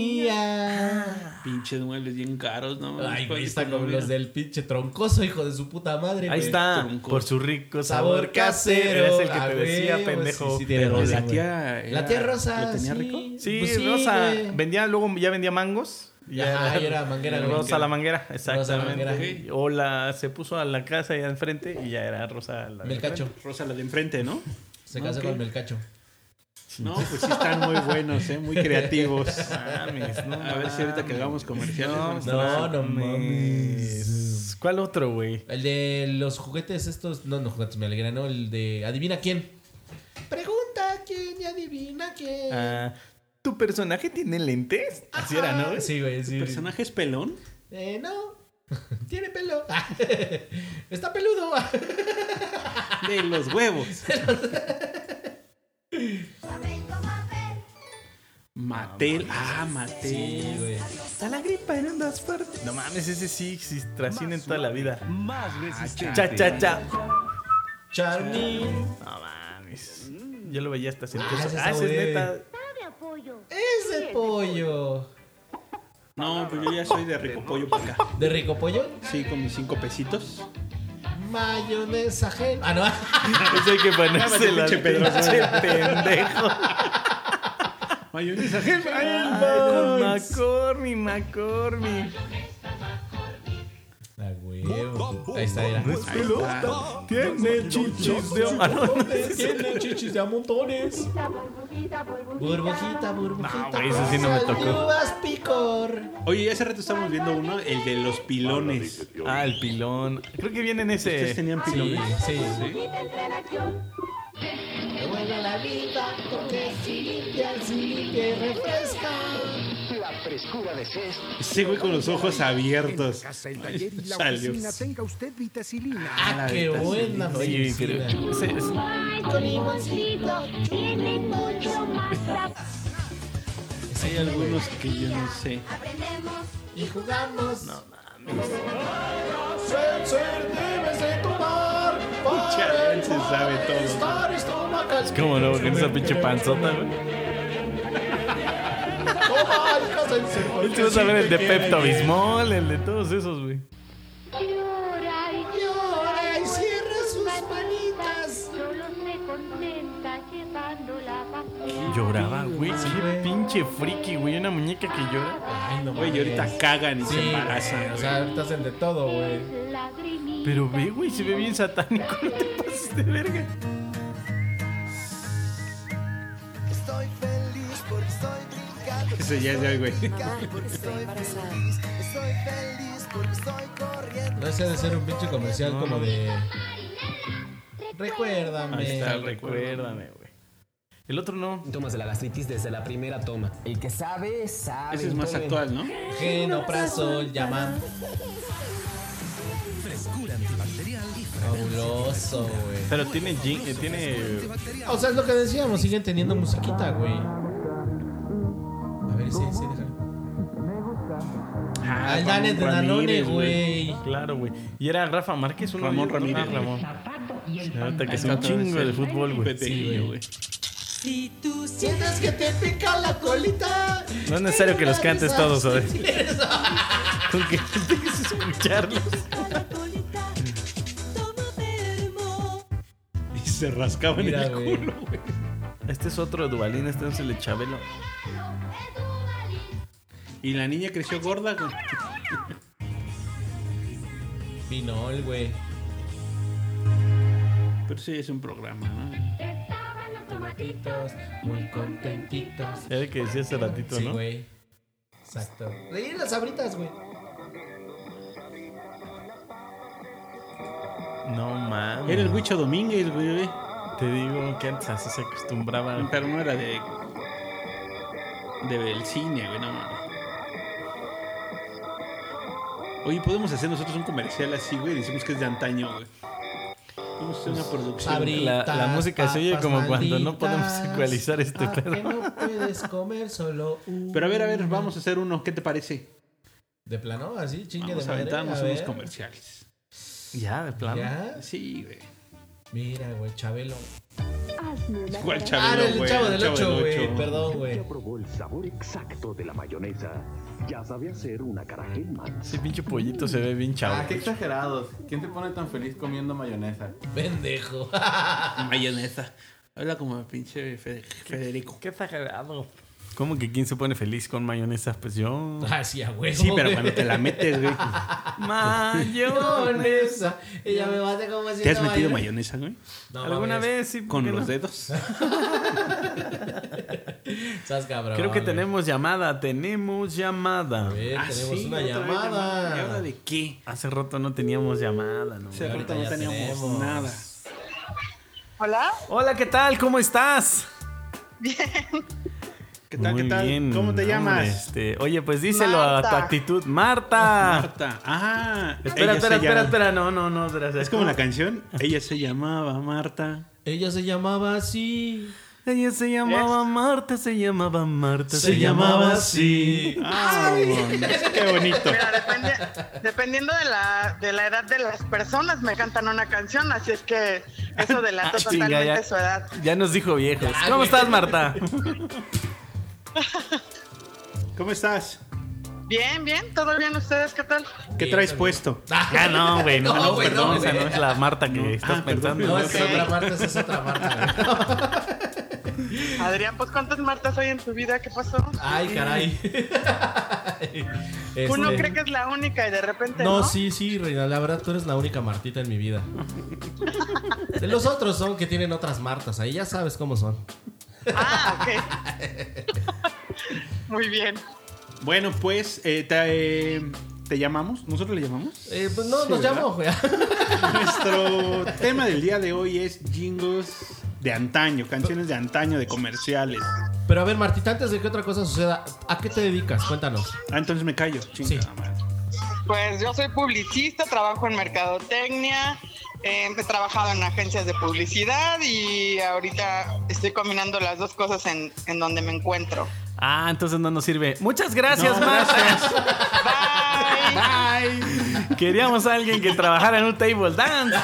economía. Pinches muebles bien caros, ¿no? Ay, güey, está como los del pinche troncoso, hijo de su puta madre. Ahí güey. está, tronco. por su rico sabor, Sabor casero. Es el que Ah, te güey, decía, güey, pendejo. sí, sí, tiene pero- razón. La tía. La tía Rosa, ¿Lo tenía sí. rico? Sí, Pues sí, Rosa. güey. Vendía, luego ya vendía mangos. Y Ajá, y era manguera, güey. Rosa la manguera, exactamente. manguera. O la se puso a la casa allá enfrente y ya era Rosa la de Melcacho. enfrente. Rosa, la de enfrente, ¿no? Se casa Ok. con Melcacho. No, pues sí están muy buenos, ¿eh? Muy creativos. Mames, no A ver si ahorita que hagamos comerciales. No, van a estar- No, no mames. ¿Cuál otro, güey? El de los juguetes estos. No, no juguetes, me alegra, ¿no? El de. ¿Adivina quién? Pregunta quién y adivina quién. Ah, ¿Tu personaje tiene lentes? Así era, ¿no? güey? Sí, güey, sí. ¿El Ah, personaje es pelón? Eh, no. Tiene pelo. Está peludo. De los huevos. Matel. Ah, Sí, Matel. güey. Está la gripa en ondas fuertes. No mames, ese sí, sí, trasciende en toda la vida. Ah, Más resistente. Cha, cha, cha. Charmin. No mames. Yo lo veía hasta hace Ah, ese Ah, ese es sabe. neta. Sabe a pollo. Ese pollo. No, pues yo ya soy de rico pollo para acá. ¿De rico pollo? Sí, con mis cinco pesitos. Mayonesa gel. Ah, no. Eso hay que ponerse la pinche Pedro pendejo. Mayonesa jefe. Macormi, Macormi. Ah, güey. Ahí está, mira. Tiene chichis de Ah, no, no, ese- Tiene chichis de a montones. Burbujita, burbujita. No, güey, eso sí no me tocó. Salivas, picor. Oye, y hace rato estábamos viendo uno, el de los pilones. Ah, el pilón. eh. Creo que viene en ¿Ustedes ese. tenían pilones? Sí, sí. La frescura de Cés Ese güey con los ojos abiertos. Casa, el taller y la Salió. oficina. Tenga usted vitacilina. Ah, qué buena Oye, pero. medicina. ese- ese- Con limoncito tiene mucho más sabor. Hay algunos que yo no sé. Aprendemos y jugamos. No, no. Mucha gente sabe todo. Es como no, con esa pinche panzota, güey. Tú vas a ver el de Pepto Bismol, el de todos esos, güey. Llora y llora y cierra sus manitas. Solo se contenta llevando la Ah, pasión. Lloraba, güey. Qué pinche friki, güey. Una muñeca que llora. Ay, no, Güey, y ahorita cagan y Sí, se embarazan. güey, O sea, ahorita hacen de todo, güey. Pero ve, güey, se ve bien satánico. No te pases de verga. Estoy feliz porque estoy brincando. Eso ya es de hoy, güey. Porque estoy feliz. Estoy feliz porque estoy corriendo. No sé ha de ser un pinche comercial como de. Recuérdame. Ahí está, recuérdame, güey. El otro no. Síntomas de la gastritis desde la primera toma. El que sabe, sabe. Ese es más Tomen. actual, ¿no? Genoprazol, llaman. Frescura antibacterial y Fabuloso, güey. Pero tiene jin- eh, tiene O sea, es lo que decíamos, siguen teniendo musiquita, güey. A ver, sí, sí, déjalo. Ah, Al Dane de Danone, güey. Claro, güey. Y era Rafa Márquez, uno Ramón de ellos, ¿no? Ramírez, Ah, güey. Ramón. Ahorita que es Ahí un está otra vez chingo de el fútbol, güey. Pepeillo, güey. Si tú sientes que te pica la colita. No es necesario que los cantes todos, hoy. Ode. Con que dejes escucharlos. Y se rascaban Mira, el güey. culo, güey. Este es otro de Duvalín, este es el de Chabelo. Y la niña creció gorda, güey. Pinol, güey. Pero sí es un programa, ¿no? Tomatitos, muy contentitos. Era el que decía hace ratito, Sí, ¿no? güey. Exacto. Leí las abritas, güey. No mames. Era el Huicho Domínguez, güey. Te digo que antes así se acostumbraba. Pero no era de. de el cine, güey, no mames. Oye, podemos hacer nosotros un comercial así, güey. Decimos que es de antaño, güey. Vamos a hacer una producción. güey. La, la música se oye papas como cuando no malditas. podemos ecualizar este Ah, que pedo. no puedes comer solo un. Pero a ver, a ver, vamos a hacer uno. ¿Qué te parece? De plano, así, chingue Vamos de a madre, aventarnos a unos ver. comerciales. Ya, de plano. ¿Ya? Sí, güey. Mira, güey, Chabelo. ¿Cuál Ah, Chabelo, era el güey? chavo El del Chavo 8, del güey. Ocho. Perdón, güey. Ya probó el sabor exacto de la mayonesa. Ya sabe hacer una carajil mansa. Ese pinche pollito se ve bien Ah, chavo. qué exagerados. ¿Quién te pone tan feliz comiendo mayonesa? Pendejo. Ah, Ah, Mayonesa. Habla como el pinche Fede- Federico. Qué exagerado. ¿Cómo que quién se pone feliz con mayonesa? Pues yo. Ah, sí, a huevo, Sí, pero güey. cuando te la metes, güey. Mayonesa. Ella me bate como si ¿Te has no metido vaya- mayonesa, güey? No, ¿Alguna mames. vez? Sí, ¿por qué Con no? los dedos. Estás cabrón. Creo que güey. tenemos llamada, tenemos llamada. Eh, Ah, tenemos sí, una otra vez llamada. ¿Y ahora de qué? Hace rato no teníamos llamada, no. Se ahorita ahorita no ya teníamos tenemos. nada. Hola. Hola, ¿qué tal? ¿Cómo estás? ¿Qué tal? ¿Qué tal? bien, ¿Cómo te hombre, llamas? este, oye, pues díselo a tu Marta. actitud. Marta. Marta. Ah, Espera, ella se espera, espera, llama- espera. Ah. No, no, no. espera, espera. Es como la canción. Ella se llamaba Marta. Ella se llamaba así. Ella se llamaba Marta, se llamaba Marta. Se llamaba así. Ah, bueno, qué bonito. Mira, depende- dependiendo de la, de la edad de las personas, me cantan una canción, así es que eso Ah, delata chinga, totalmente ya. su edad. Ya nos dijo viejos. Ya, ¿Cómo güey. estás, Marta? ¿Cómo estás? Bien, bien, todo bien, ustedes, ¿qué tal? ¿Qué traes puesto? Ah, no, güey. No, No, no, güey, perdón. no, esa güey. no es la Marta que estás Ah, perdón, pensando. perdón. Esa es otra Marta, esa es otra Marta. güey. Adrián, pues ¿cuántas Martas hay en tu vida? ¿Qué pasó? Ay, caray. Este- Uno cree que es la única y de repente no. No, sí, sí, Reina. La verdad, tú eres la única Martita en mi vida. De los otros son que tienen otras Martas. Ahí ya sabes cómo son. Ah, ok. Muy bien. Bueno, pues, eh, te, eh, ¿te llamamos? ¿Nosotros le llamamos? Eh, pues no, Sí, nos ¿verdad? llamó, güey. Nuestro tema del día de hoy es jingles de antaño, canciones de antaño de comerciales. Pero a ver, Martita, antes de que otra cosa suceda, ¿a qué te dedicas? Cuéntanos. Ah, entonces me callo. Chinga, madre. Pues yo soy publicista, trabajo en mercadotecnia, eh, he trabajado en agencias de publicidad y ahorita estoy combinando las dos cosas en, en donde me encuentro. Ah, entonces no nos sirve. Muchas gracias, No, Marta. Queríamos a alguien que trabajara en un table dance.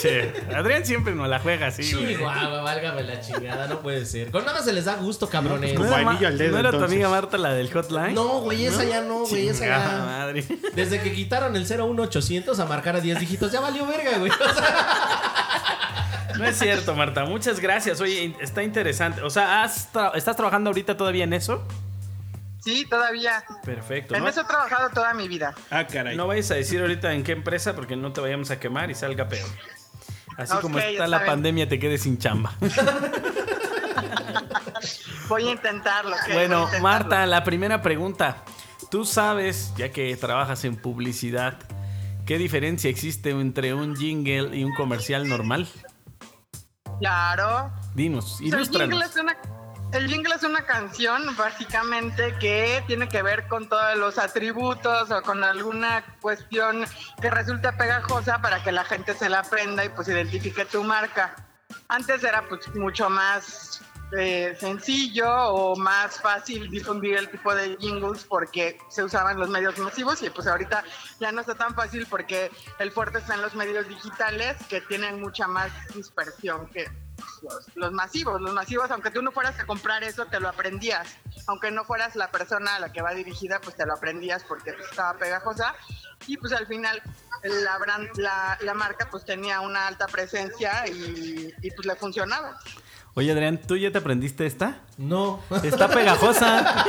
Che, Adrián siempre nos la juega así, güey. Chihuahua, válgame la chingada, no puede ser. Con nada se les da gusto, cabrones. ¿No era, Ma- ¿no era tu amiga Marta la del hotline? No, güey, esa ya no, güey, esa ya. Chingada madre. Desde que quitaron el 01800 a marcar a 10 dígitos, ya valió verga, güey. O sea, No es cierto, Marta. Muchas gracias. Oye, in- está interesante. O sea, has tra- ¿estás trabajando ahorita todavía en eso? Sí, todavía. Perfecto. En ¿no? eso he trabajado toda mi vida. Ah, caray. No vayas a decir ahorita en qué empresa porque no te vayamos a quemar y salga peor. Así Ok, como está está la bien. pandemia, te quedes sin chamba. Voy a intentarlo. ¿ok? Voy a Bueno, intentarlo. Marta, la primera pregunta. Tú sabes, ya que trabajas en publicidad, ¿qué diferencia existe entre un jingle y un comercial normal? Claro. Dinos, O sea, El jingle, ilústranos. es una, el jingle es una canción básicamente que tiene que ver con todos los atributos o con alguna cuestión que resulta pegajosa para que la gente se la aprenda y pues identifique tu marca. Antes era pues mucho más eh, sencillo o más fácil difundir el tipo de jingles porque se usaban los medios masivos y pues ahorita ya no está tan fácil porque el fuerte está en los medios digitales que tienen mucha más dispersión que los, los masivos. Los masivos, aunque tú no fueras a comprar eso, te lo aprendías. Aunque no fueras la persona a la que va dirigida, pues te lo aprendías porque pues, estaba pegajosa. Y pues al final la, brand- la, la marca pues tenía una alta presencia y, y pues le funcionaba. Oye, Adrián, ¿tú ya te aprendiste esta? No. Está pegajosa.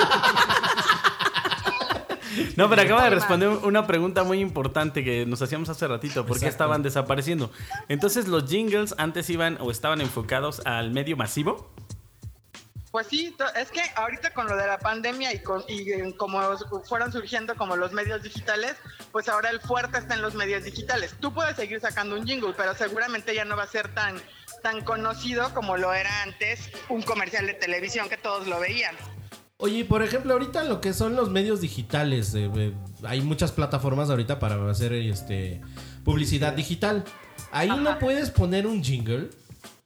No, pero acaba de responder una pregunta muy importante que nos hacíamos hace ratito. ¿Por qué Exacto. estaban desapareciendo? Entonces, los jingles antes iban o estaban enfocados al medio masivo. Pues sí, to- es que ahorita con lo de la pandemia y, con, y eh, como s- fueron surgiendo como los medios digitales, pues ahora el fuerte está en los medios digitales. Tú puedes seguir sacando un jingle, pero seguramente ya no va a ser tan, tan conocido como lo era antes un comercial de televisión que todos lo veían. Oye, y por ejemplo, ahorita lo que son los medios digitales, eh, eh, hay muchas plataformas ahorita para hacer este publicidad digital. Ahí no puedes poner un jingle.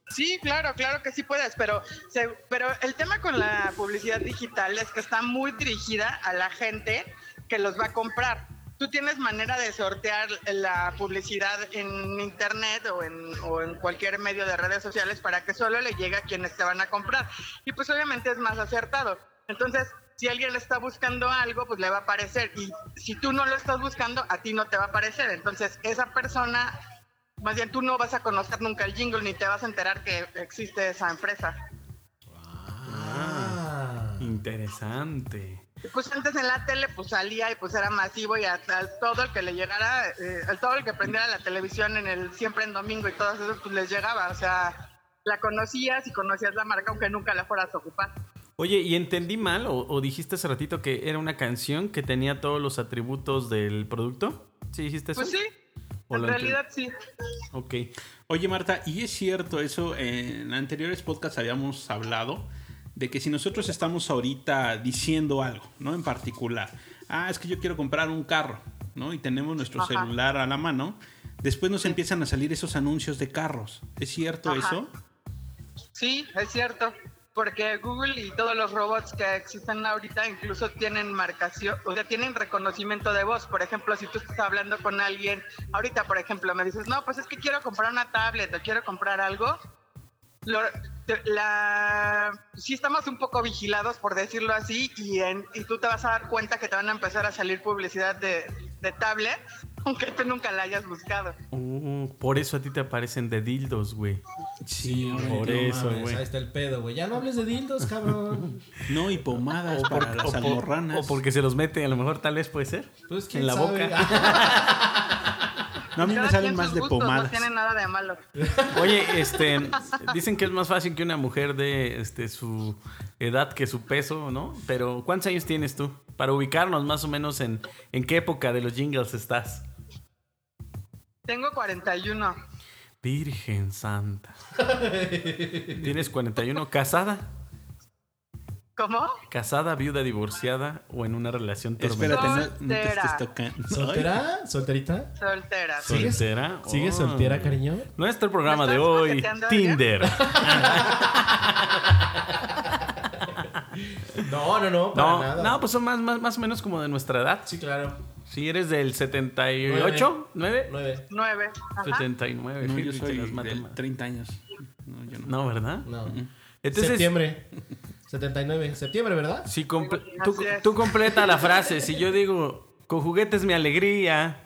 Sí, claro, claro que sí puedes, pero, se- pero el tema con la publicidad digital es que está muy dirigida a la gente que los va a comprar. Tú tienes manera de sortear la publicidad en internet o en, o en cualquier medio de redes sociales para que solo le llegue a quienes te van a comprar. Y pues obviamente es más acertado. Entonces, si alguien está buscando algo, pues le va a aparecer. Y si tú no lo estás buscando, a ti no te va a aparecer. Entonces, esa persona más bien tú no vas a conocer nunca el jingle ni te vas a enterar que existe esa empresa. Ah. Interesante. Y pues antes en la tele pues salía y pues era masivo y a, a todo el que le llegara, eh, a todo el que prendiera la televisión en el siempre en domingo y todas esas pues les llegaba, o sea, la conocías y conocías la marca aunque nunca la fueras a ocupar. Oye, ¿y entendí mal o, o dijiste hace ratito que era una canción que tenía todos los atributos del producto? ¿Sí dijiste eso? Pues sí, ¿O en lo entendí? realidad sí. Ok. Oye, Marta, y es cierto eso, en anteriores podcasts habíamos hablado de que si nosotros estamos ahorita diciendo algo, ¿no? En particular, ah, es que yo quiero comprar un carro, ¿no? Y tenemos nuestro Ajá. celular a la mano, después nos empiezan a salir esos anuncios de carros. ¿Es cierto Ajá. eso? Sí, es cierto, porque Google y todos los robots que existen ahorita incluso tienen marcación, o sea, tienen reconocimiento de voz. Por ejemplo, si tú estás hablando con alguien, ahorita, por ejemplo, me dices, no, pues es que quiero comprar una tablet o quiero comprar algo. Lo- te- la, sí estamos un poco vigilados, por decirlo así, y, en- y tú te vas a dar cuenta que te van a empezar a salir publicidad de, de tablets, aunque tú nunca la hayas buscado. Uh, por eso a ti te aparecen de dildos, güey. Sí, por no eso, mames, güey. Ahí está el pedo, güey. Ya no hables de dildos, cabrón. No, y pomadas O, para por- las o por- almorranas. o porque se los mete, a lo mejor tal vez puede ser. Pues, en ¿quién la sabe? boca. No, a mí Cada me quien salen más sus de gustos, No pomadas. tiene nada de malo. Oye, este, dicen que es más fácil que una mujer de este, su edad que su peso, ¿no? Pero ¿cuántos años tienes tú? Para ubicarnos más o menos en, en qué época de los jingles estás. Tengo 41. Virgen Santa. ¿Tienes 41 casada? ¿Cómo? ¿Casada, viuda, divorciada o en una relación Espérate, no, tormentosa? no te estés Soltera. tocando. ¿Soltera? ¿Solterita? Soltera. sí. ¿Sigues- ¿Soltera? ¿Sigues Oh. soltera, cariño? Nuestro programa ¿Me de estás hoy, coqueteando, Adrián? Tinder. No, no, no, para No, nada. no, pues son más, más, más o menos como de nuestra edad. Sí, claro. Si eres del 78, 9, 9. 9. No, 79. yo fíjate, soy las del matemáticas. 30 años. No, yo no. No, ¿verdad? No. Entonces, Septiembre. 79. Septiembre, ¿verdad? Si comple- tú, tú completa la frase. Si yo digo, con juguetes mi alegría.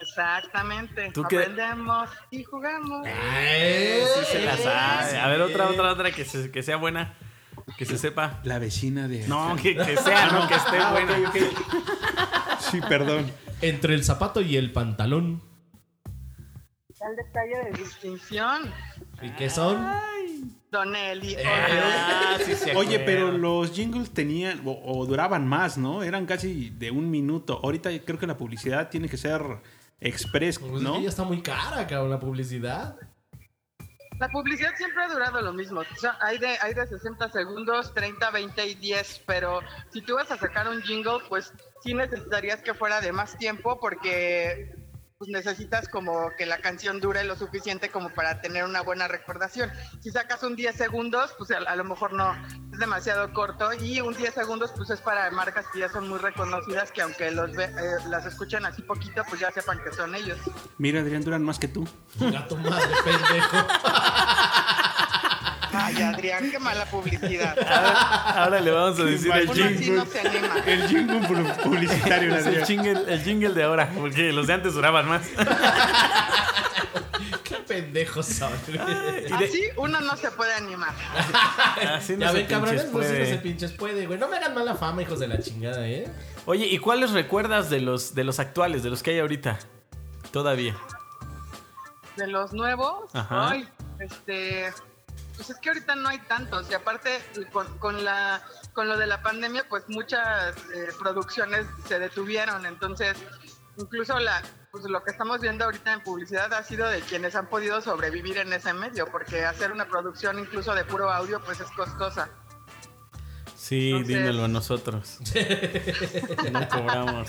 Exactamente. ¿Tú qué? Ah. Aprendemos y jugamos. Sí se Eh, la sabe. A ver, otra, otra, otra que, se- que sea buena. Que se sepa. La vecina de. No, que, que sea, no, que esté Ah, buena. ok, Sí, perdón. Entre el zapato y el pantalón. El detalle de distinción. ¿Y qué son? Ah, Eh. Don Eli. Eh. Oye, pero los jingles tenían o, o duraban más, ¿no? Eran casi de un minuto. Ahorita creo que la publicidad tiene que ser express, Pues es ¿no? que ya está muy cara, cabrón, la publicidad. La publicidad siempre ha durado lo mismo. O sea, hay, de, hay de 60 segundos, 30, 20 y 10, pero si tú vas a sacar un jingle, pues sí necesitarías que fuera de más tiempo porque pues, necesitas como que la canción dure lo suficiente como para tener una buena recordación. Si sacas un 10 segundos, pues a, a lo mejor no es demasiado corto y un 10 segundos pues es para marcas que ya son muy reconocidas que aunque los ve- eh, las escuchen así poquito, pues ya sepan que son ellos. Mira, Adrián, duran más que tú. Gato madre, pendejo. Ay, Adrián, qué mala publicidad. Ahora le vamos a decir el Uno así jingle. no se anima. El jingle pu- publicitario, Es el Adrián. jingle, el jingle de ahora, porque los de antes duraban más. Qué pendejos son. Así uno no se puede animar. Así no ya se ven, cabrones, pinches pues sí no puede. se pinches puede, güey. No me hagan mala fama, hijos de la chingada, ¿eh? Oye, ¿y cuáles recuerdas de los, de los actuales, de los que hay ahorita? Todavía. De los nuevos, Ajá. ay, este, pues es que ahorita no hay tantos y aparte con, con la con lo de la pandemia, pues muchas eh, producciones se detuvieron, entonces incluso la pues lo que estamos viendo ahorita en publicidad ha sido de quienes han podido sobrevivir en ese medio, porque hacer una producción incluso de puro audio pues es costosa. Sí, dímelo a nosotros. no cobramos.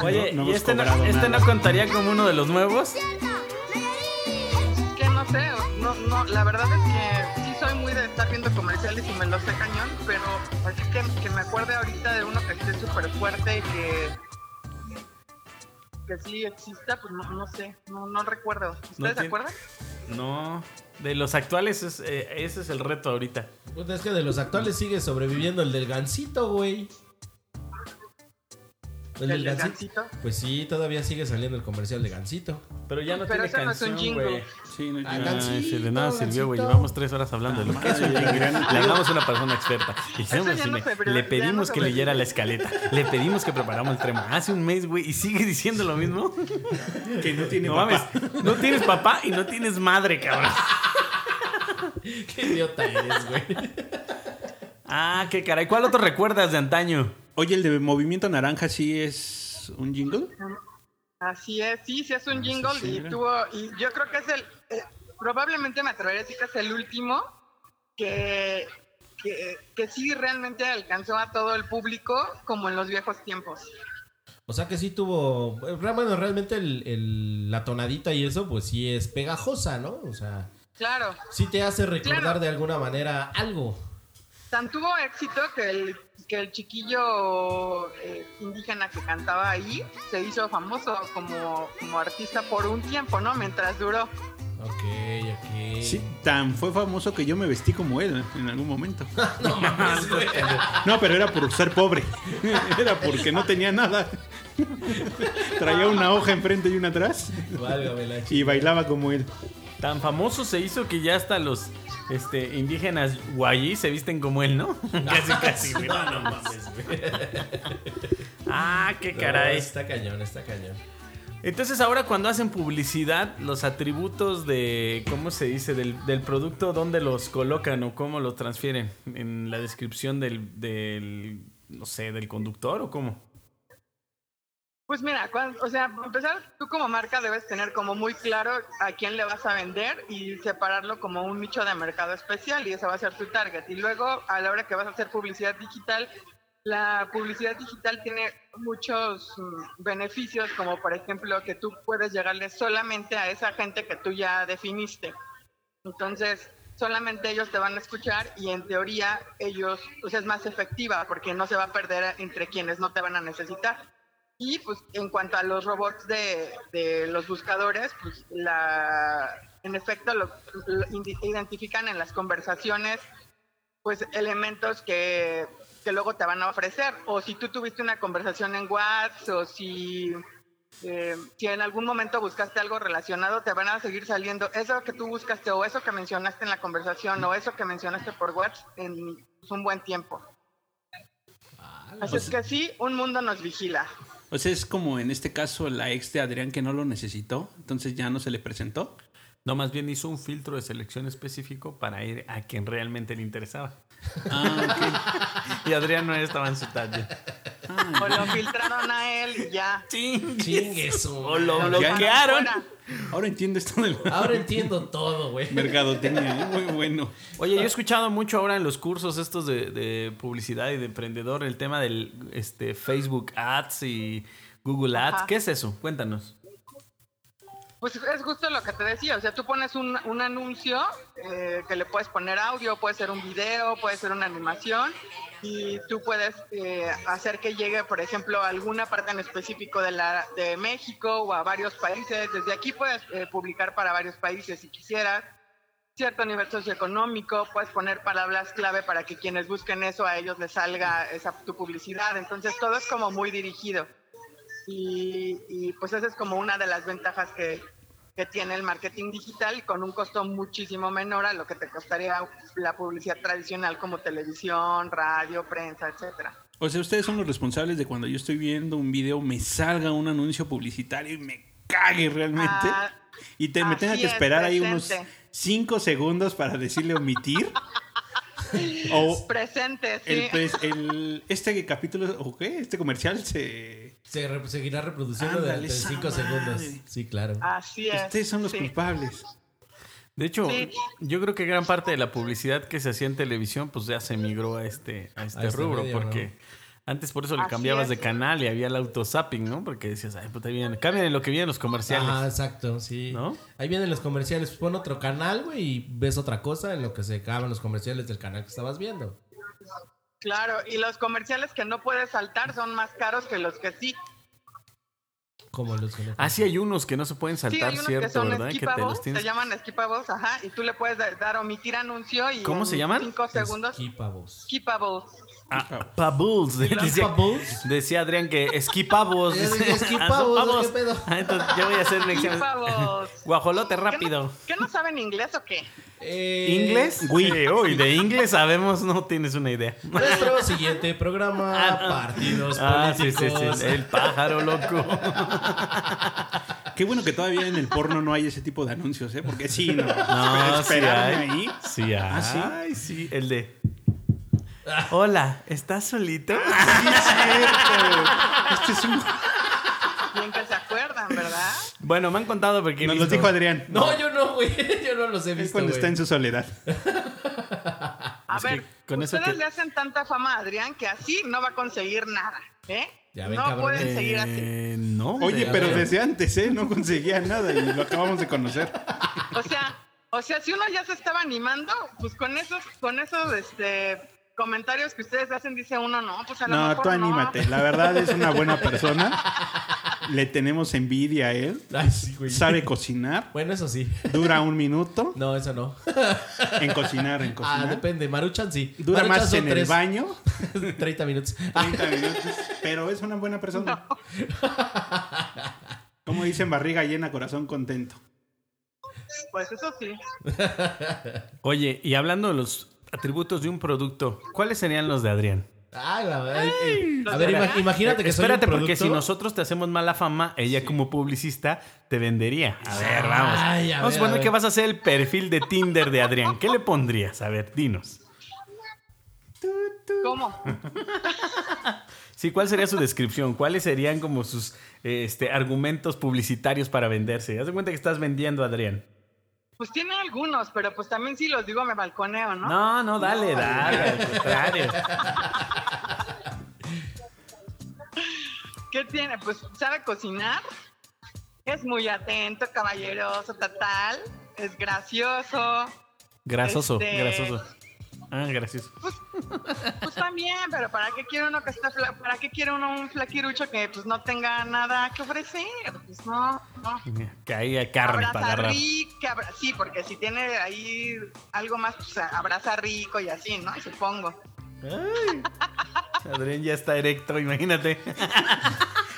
Oye, No- no ¿y hemos este no, cobrado este nada. no contaría como uno de los nuevos? Es que no sé, o- no, no, la verdad es que sí soy muy de estar viendo comerciales y me los sé cañón, pero así que, que me acuerde ahorita de uno que esté súper fuerte y que, que sí exista, pues no, no sé, no, no recuerdo. ¿Ustedes No se tiene- acuerdan? No. De los actuales, es, eh, ese es el reto ahorita. Puta, es que de los actuales sigue sobreviviendo el del gancito, güey. ¿El del Gansito? Pues sí, todavía sigue saliendo el comercial de gancito. Pero ya no Pero tiene ese no es un canción, jingle. güey. Sí, no, Ah, yo- Ay, sí, de nada sirvió, güey. Gansito. Llevamos tres horas hablando de lo que es un jingle. Le hablamos a una persona experta. Hicimos Eso ya no cine. se abrió, Le ya pedimos no que se leyera la escaleta. Le pedimos que preparamos el trema. Hace un mes, güey, y sigue diciendo lo mismo. Que no tiene No papá. mames, no tienes papá y no tienes madre, cabrón. Qué idiota eres, güey. Ah, qué caray. ¿Cuál otro recuerdas de antaño? Oye, el de Movimiento Naranja sí es un jingle. Así es, sí, sí es un jingle sí, y mira. tuvo, y yo creo que es el, eh, probablemente me atrevería a decir que es el último que, que, que sí realmente alcanzó a todo el público como en los viejos tiempos. O sea que sí tuvo. eh, Bueno, realmente el- el- la tonadita y eso, pues sí es pegajosa, ¿no? O sea, Claro. sí te hace recordar Claro. de alguna manera algo. Tan tuvo éxito que el, que el chiquillo eh, indígena que cantaba ahí se hizo famoso como, como artista por un tiempo, ¿no? Mientras duró. Ok, ok. Sí, tan fue famoso que yo me vestí como él ¿eh? en algún momento. No mames, güey. No, pero era por ser pobre. Era porque no tenía nada. Traía una hoja enfrente y una atrás. Válgame la Y bailaba como él. Tan famoso se hizo que ya hasta los este, indígenas guayí se visten como él, ¿no? casi, casi, güey. No, no mames, güey. Ah, qué No, caray. está cañón, está cañón. Entonces ahora cuando hacen publicidad, los atributos de, ¿cómo se dice? Del, del producto, ¿dónde los colocan o cómo los transfieren? ¿En la descripción del, del, no sé, del conductor o cómo? Pues mira, cuan- o sea, para empezar, tú como marca debes tener como muy claro a quién le vas a vender y separarlo como un nicho de mercado especial y ese va a ser tu target. Y luego, a la hora que vas a hacer publicidad digital, la publicidad digital tiene muchos mm, beneficios, como por ejemplo que tú puedes llegarle solamente a esa gente que tú ya definiste. Entonces, solamente ellos te van a escuchar y en teoría ellos, pues es más efectiva porque no se va a perder entre quienes no te van a necesitar. Y pues en cuanto a los robots de, de los buscadores, pues la, en efecto lo, lo indi- identifican en las conversaciones pues elementos que, que luego te van a ofrecer. O si tú tuviste una conversación en WhatsApp o si eh, si en algún momento buscaste algo relacionado, te van a seguir saliendo eso que tú buscaste o eso que mencionaste en la conversación o eso que mencionaste por WhatsApp en pues, un buen tiempo. Así es que sí, un mundo nos vigila. O sea, es como en este caso la ex de Adrián que no lo necesitó, entonces ya no se le presentó. No, más bien hizo un filtro de selección específico para ir a quien realmente le interesaba. Ah, y Adrián no estaba en su taller. O lo filtraron a él y ya. O lo Ya- bloquearon. Ahora entiendo esto del. Ahora entiendo todo, güey. Mercadotecnia, ¿eh? muy bueno. Oye, yo he escuchado mucho ahora en los cursos estos de, de publicidad y de emprendedor el tema del este, Facebook Ads y Google Ads. Ajá. ¿Qué es eso? Cuéntanos. Pues es justo lo que te decía, o sea, tú pones un, un anuncio eh, que le puedes poner audio, puede ser un video, puede ser una animación y tú puedes eh, hacer que llegue, por ejemplo, a alguna parte en específico de, la, de México o a varios países. Desde aquí puedes eh, publicar para varios países si quisieras. Cierto nivel socioeconómico, puedes poner palabras clave para que quienes busquen eso a ellos les salga esa, tu publicidad. Entonces todo es como muy dirigido. Y, y, pues esa es como una de las ventajas que, que tiene el marketing digital con un costo muchísimo menor a lo que te costaría la publicidad tradicional como televisión, radio, prensa, etcétera. O sea, ustedes son los responsables de cuando yo estoy viendo un video, me salga un anuncio publicitario y me cague realmente. Ah, y te, me así tenga que es, esperar ahí unos presente. 5 segundos para decirle omitir. o Presente, sí. el, pres- el- este capítulo, ¿o qué? Este comercial se. Se re- seguirá reproduciendo Ándale, durante esa 5 segundos. madre. Sí, claro. Así es. Ustedes son los sí. culpables. De hecho, Sí. yo creo que gran parte de la publicidad que se hacía en televisión, pues ya se migró a este, a este A este rubro, medio, porque ¿no? antes por eso le Así cambiabas es. de canal y había el autozapping, ¿no? Porque decías, ay, puta, ahí vienen- cambian en lo que vienen los comerciales. Ah, exacto, sí. Ahí vienen los comerciales. Pon otro canal, güey, y ves otra cosa en lo que se acaban los comerciales del canal que estabas viendo. Claro, y los comerciales que no puedes saltar son más caros que los que sí. Como los que no- Ah, sí, hay unos que no se pueden Sí, saltar, hay unos ¿cierto? que son ¿Verdad? Que te skipables, los se tienes. llaman skipables, ajá, y tú le puedes da- dar omitir anuncio y ¿Cómo en se llaman? Cinco segundos. Skipables. Ah, Pabulls. Decía, decía Adrián que esquipavos. Yo dije, Ah, son esquipavos, pavos. ¿qué pedo? Ah, entonces yo voy a hacer un examen. Esquipavos. Guajolote rápido. ¿Qué no saben inglés o qué? ¿Inglés? Sí, uy, de inglés sabemos, no tienes una idea. Nuestro siguiente programa, partidos Ah, sí, sí, políticos. sí. El pájaro loco. Qué bueno que todavía en el porno no hay ese tipo de anuncios, ¿eh? Porque sí, no. No, sí Esperaron hay. ahí. Sí hay. Ah, sí. Ay, sí. El de. Hola, ¿estás solito? Este es un. Bien que se acuerdan, ¿verdad? Bueno, me han contado porque. Nos lo dijo Adrián. No, yo no, güey. Yo no los he visto. Es cuando güey. está en su soledad. A Es que ver, con eso ustedes que- le hacen tanta fama a Adrián que así no va a conseguir nada, ¿eh? Ya Eh. ven, No cabrones. pueden seguir así. no. Oye, de- pero a ver. desde antes, ¿eh? No conseguía nada y lo acabamos de conocer. O sea, o sea, si uno ya se estaba animando, pues con esos, con esos, este, comentarios que ustedes hacen, dice uno, no, pues a lo No, mejor tú anímate. La verdad es una buena persona. Le tenemos envidia a él. Sabe cocinar. Bueno, eso sí. Dura un minuto. No, eso no. En cocinar, en Ah, cocinar. depende. Maruchan sí. Dura Maruchan más son en el tres. baño. 30 minutos. 30 minutos. Pero es una buena persona. Como dicen, barriga llena, corazón contento. Pues eso sí. Oye, y hablando de los atributos de un producto, ¿cuáles serían los de Adrián? Eh, Ah, la verdad. eh, a ver, ima- imagínate que Espérate, soy un porque si producto. nosotros te hacemos mala fama, ella como publicista te vendería. A ver, vamos. Ay, a vamos a ver, a poner ver. que vas a hacer el perfil de Tinder de Adrián. ¿Qué le pondrías? A ver, dinos. ¿Cómo? Sí, ¿cuál sería su descripción? ¿Cuáles serían como sus eh, este, argumentos publicitarios para venderse? Haz de cuenta que estás vendiendo a Adrián. Pues tiene algunos, pero pues también si los digo me balconeo, ¿no? No, no, dale, dale, al contrario. ¿Qué tiene? Pues sabe cocinar, es muy atento, caballeroso, total, es gracioso, Grasoso, Este- grasoso. Ah, gracioso. Pues también, pero ¿para qué quiere uno que esté fla- para qué quiere uno un flaquirucho que pues no tenga nada que ofrecer? Pues no, no. Caía carne para abraza agarrar. rico, que abra- sí, porque si tiene ahí algo más, pues abraza rico y así, ¿no? Supongo. Adrián ya está erecto, imagínate.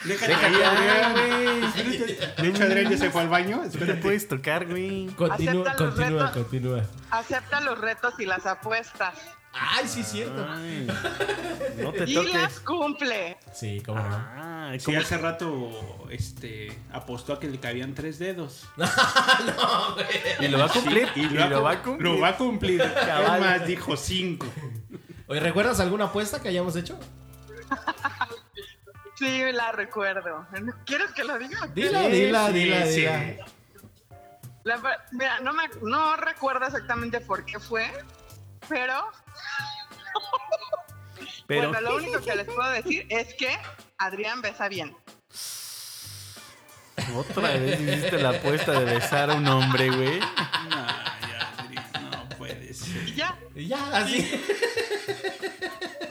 Déjate, Adrián, eh. De hecho, Adrián ya se fue al baño. No te Pues, puedes tocar, güey. Continúa, Acepta los continúa, retos. continúa. Acepta los retos y las apuestas. Ay, sí, es cierto. no te y toques. las cumple. Sí, cómo Ah. no. Sí, ¿cómo? hace rato este, apostó a que le cabían tres dedos. Y lo va a cumplir, Sí, y lo, va a cumplir. Lo va a cumplir. Cabal. Es más, dijo cinco. Oye, ¿recuerdas alguna apuesta que hayamos hecho? Sí, la recuerdo. ¿Quieres que lo diga? Dila, dila, dila, dila. La ver- mira, no, me, no recuerdo exactamente por qué fue, pero, Pero bueno, lo único que les puedo decir es que Adrián besa bien. otra vez hiciste la apuesta de besar a un hombre, güey. Y ya. Y ya, así.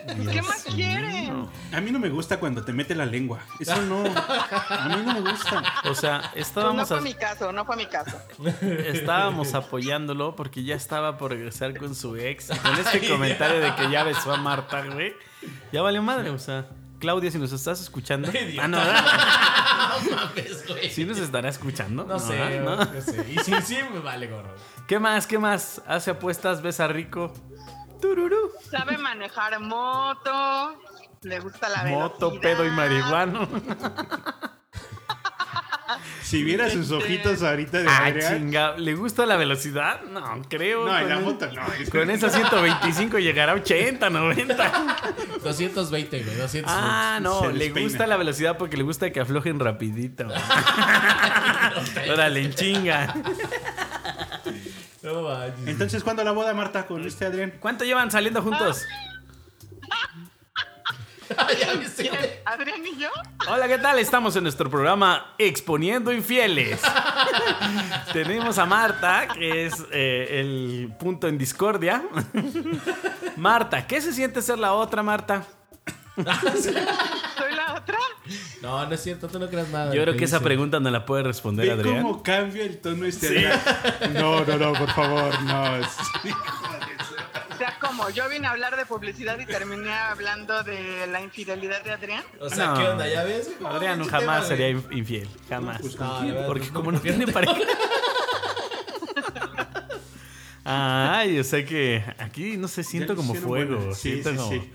Pues, ¿Qué más Pues quieren? A mí no me gusta cuando te mete la lengua. Eso no. A mí no me gusta. O sea, Pues no estábamos, fue a- mi caso, no fue mi caso. estábamos apoyándolo porque ya estaba por regresar con su ex. Y con este comentario de que ya besó a Marta, güey. Ya vale madre, o sea. Claudia, si nos estás escuchando. Ah, no, Ah, ¿verdad? ¿Sí nos estará escuchando? No sé, ¿verdad? ¿No? no sé. Y sí, sí, me vale gorro. ¿Qué más? ¿Qué más? Hace apuestas, besa rico. Sabe manejar moto, le gusta la Moto, velocidad. pedo y marihuano. Si viera sus ojitos ahorita de Ah, Adrián. chinga. ¿Le gusta la velocidad? No, creo. No, en Con la el- moto no. Con esa 125 llegará a 80, 90. 220, güey, 220. Ah, no, le gusta la velocidad porque le gusta que aflojen rapidito. Órale, en chinga. Entonces, ¿cuándo la boda, Marta, con este Adrián? ¿Cuánto llevan saliendo juntos? ¿Quién? ¿Adrián y yo? Hola, ¿qué tal? Estamos en nuestro programa Exponiendo Infieles. Tenemos a Marta, que es eh, el punto en discordia. Marta, ¿qué se siente ser la otra, Marta? ¿Soy la otra? No, no es cierto, tú no creas nada. Yo de lo creo que esa dice. pregunta no la puede responder ¿Ve Adrián. cómo cambia el tono este Sí. Adrián? No, no, no, por favor, no. O sea, como yo vine a hablar de publicidad y terminé hablando de la infidelidad de Adrián. O sea, ¿qué onda? ¿Ya ves? ¿Cómo Adrián pinche tema, jamás güey? sería in- infiel, jamás. pues, ¿con quién? Porque Pues, no, como no tiene pareja. Ay, o sea que aquí no sé, siento Ya como hicieron fuego. buena. Sí, siento sí, como. sí.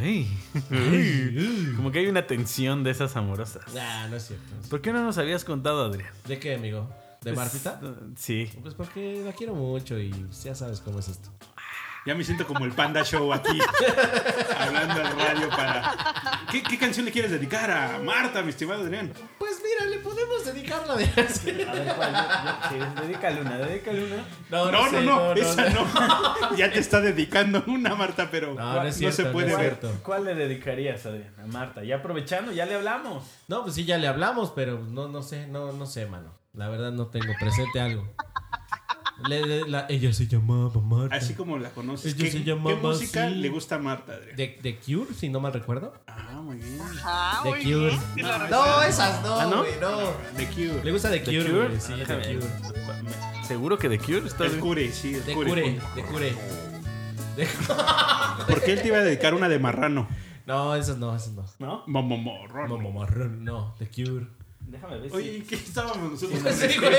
Ay, ay, como que hay una tensión de esas amorosas. Nah, no es cierto. ¿Por qué no nos habías contado, Adrián? ¿De qué, amigo? ¿De Pues, Martita? Sí. Pues porque la quiero mucho y ya sabes cómo es esto. Ya me siento como el Panda Show aquí, hablando al radio para. ¿Qué, qué canción le quieres dedicar a Marta, mi estimado Adrián? Pues mira, le podemos dedicar la de. dedícale una, dedícale una. No, no, no, esa no. ya te está dedicando una, Marta, pero no, se puede ver. ¿Cuál le dedicarías, Adrián? A Marta. Ya aprovechando, ya le hablamos. No, pues sí, ya le hablamos, pero no, no sé, no, no sé, mano. La verdad no tengo presente algo. Le- le- la- ella se llamaba Marta. Así como la conoces. Ella ¿Qué, se qué llamaba música así. le gusta a Marta, Adrián? De, de Cure, si no mal recuerdo. Ah, muy bien. Ah, De muy Cure. bien. sí lo No, recuerdo. esas ¿Ah, no? no, güey, no. The Cure. Le gusta de ¿The Cure, Cure? güey, sí, Ah, The déjame ver. Cure. ¿Seguro que de Cure? ¿Estás El cure, sí, el De cure. Cure, de Cure. ¿Por qué él te iba a dedicar una de marrano? No, esas no, esas no. ¿No? Momomorrano. Morrón, no, The Cure. Déjame ver Oye, ¿y ¿qué estábamos nosotros? Sí, güey.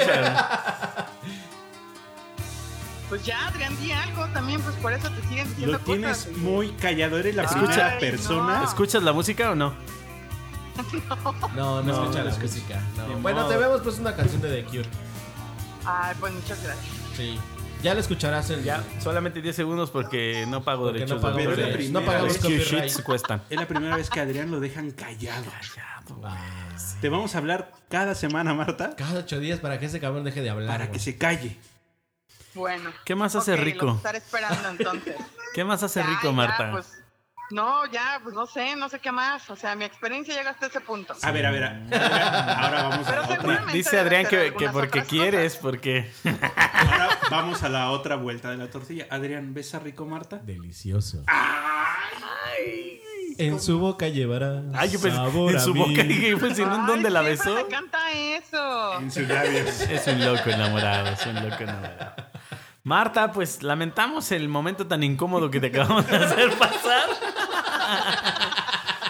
Pues ya, Adrián, di algo también, pues por eso te siguen diciendo Lo tienes cosas. muy callado, eres la Ay, primera no. persona. ¿Escuchas la música o no? No, no, No, escucha no la escucha. música. no. Ni Bueno, modo. te vemos pues una canción de The Cure. Ay, pues muchas gracias. Sí. Ya la escucharás en Ya, solamente 10 segundos porque no pago Porque derechos no pago de autor. derechos. Entonces, No pagamos los cue copyright. sheets cuestan. Es la primera vez que a Adrián lo dejan callado. Ah, sí. Te vamos a hablar cada semana, Marta, Cada ocho días para que ese cabrón deje de hablar. para que güey. se calle. Bueno. ¿Qué más hace ok, rico? Los estaré esperando entonces. ¿Qué más hace Ya, rico, ya, Marta? pues, no, ya, pues no sé, no sé qué más. O sea, mi experiencia llega hasta ese punto. A ver, a ver, a- ahora vamos a Pero otra. Di- seguramente Dice debe Adrián ser que, algunas que porque otras quieres, porque. Ahora, Vamos a la otra vuelta de la tortilla. Adrián, ¿ves a rico Marta? Delicioso. En su boca llevará Ay, yo pensé- sabor en a su mí. boca, dije, pues, ¿en Ay, dónde la siempre besó? le canta eso. Es un loco enamorado, es un loco enamorado. Marta, pues lamentamos el momento tan incómodo que te acabamos de hacer pasar.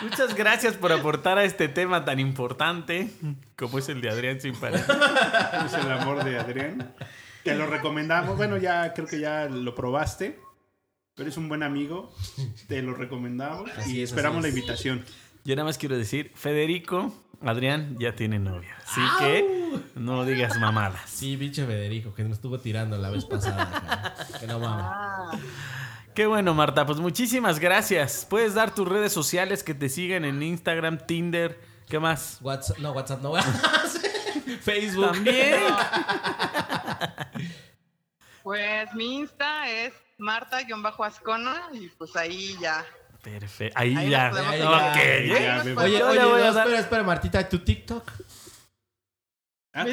Muchas gracias por aportar a este tema tan importante como es el de Adrián sin pareja. Es el amor de Adrián. Te lo recomendamos. Bueno, ya creo que ya lo probaste. Pero es un buen amigo. Te lo recomendamos. Así y es, esperamos así la es. invitación. Yo nada más quiero decir, Federico, Adrián ya tiene novia. Así que no digas mamadas. Sí, pinche Federico, que nos estuvo tirando la vez pasada. cabrón. que no mames. Ah, Qué bueno, Marta. Pues muchísimas gracias. Puedes dar tus redes sociales que te sigan en Instagram, Tinder. ¿Qué más? WhatsApp, no, WhatsApp no. Facebook. También. Pues mi Insta es Marta-Ascona y pues ahí ya. Perfecto. Ahí, Ahí ya. nos podemos Ok, tocar. ¿eh? Ya, me voy. Oye, Yo oye, le voy a no, dar- espera, espera, Martita, ¿tu TikTok? Ah,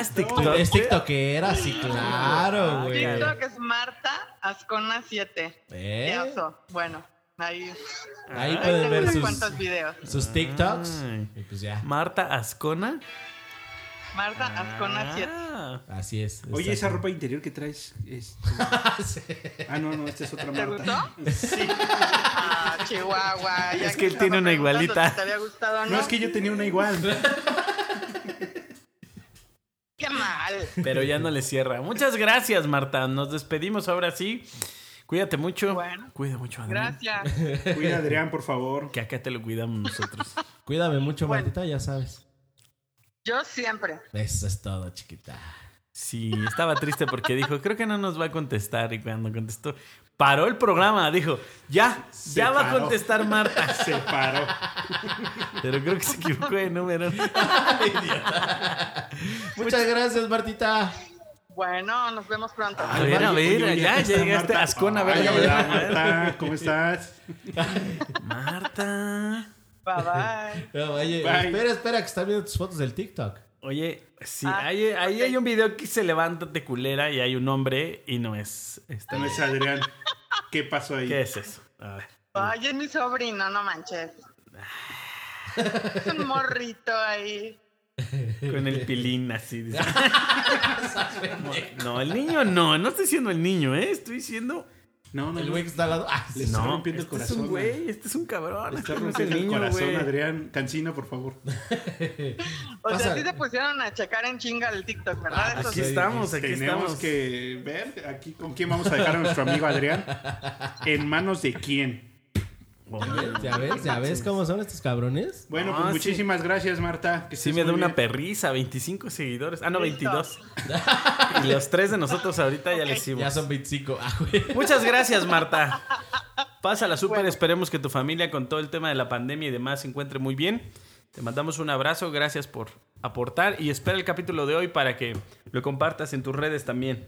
es Tú TikTok. eres tiktokera, sí, Ah, claro, güey. TikTok es Marta Ascona 7. ¿Eh? Qué oso. Bueno, ahí. Ahí pueden tengo ver unos sus- cuantos videos. Sus TikToks. Ay. Y pues ya, Marta Ascona. Ah, Marta Ascona 7. así es. Oye, esa exacto. ropa interior que traes. es- Ah, no, no, esta es otra ¿Te Marta. gustó? Sí. Ah, Chihuahua. ya Es que él estaba tiene una preguntando igualita. si te había gustado o no. No, es que yo tenía una igual. Qué mal. Pero ya no le cierra. Muchas gracias, Marta. Nos despedimos ahora sí. Cuídate mucho. Cuida mucho a Adrián. Gracias. Cuida a Adrián, por favor. Que acá te lo cuidamos nosotros. Cuídame mucho, Martita, ya sabes. Yo siempre. Eso es todo, chiquita. Sí, estaba triste porque dijo, creo que no nos va a contestar. Y cuando contestó, paró el programa. Dijo, ya, ya va a paró. contestar Marta. Se paró. Pero creo que se equivocó de número. Muchas gracias, Martita. Bueno, nos vemos pronto. A ver, a ver, ya, ya llegaste a Ascona. A ver, Ay, a ver, hola, a ver. Marta, ¿cómo estás? Marta. Bye bye. No, oye, Bye. espera, espera, que están viendo tus fotos del TikTok. Oye, sí, ahí, ahí hay un video que se levanta de culera y hay un hombre y no es. este No es Adrián. ¿Qué pasó ahí? ¿Qué es eso? A ver. Ay, es mi sobrino, no manches. Es un morrito ahí. Con el pilín así. dice. No, el niño no, no estoy diciendo el niño, ¿eh? Estoy diciendo. No, no, El no. güey que está al lado. Ah, Le sí. está No, rompiendo el este es corazón. un güey, este es un cabrón. Le este está no es el rompiendo el niño, corazón, güey. Pues Adrián. Cancino, por favor. O sea, Pásale. sí te pusieron a checar en chinga el TikTok, ¿verdad? Eso Aquí sí. estamos, aquí Tenemos estamos. que ver aquí con quién vamos a dejar a nuestro amigo Adrián. ¿En manos de quién? ¿Ya ves? ¿Ya ves cómo son estos cabrones? Bueno, Ah, pues sí. muchísimas gracias, Marta. Que Sí, estés me da muy una bien. perrisa, 25 seguidores. Ah, no, Listo. 22. Y los tres de nosotros ahorita ya le hicimos. Ya son 25. Ah, güey. Muchas gracias, Marta. Pásala súper. Esperemos que tu familia, con todo el tema de la pandemia y demás, se encuentre muy bien. Te mandamos un abrazo. Gracias por aportar. Y espera el capítulo de hoy para que lo compartas en tus redes también.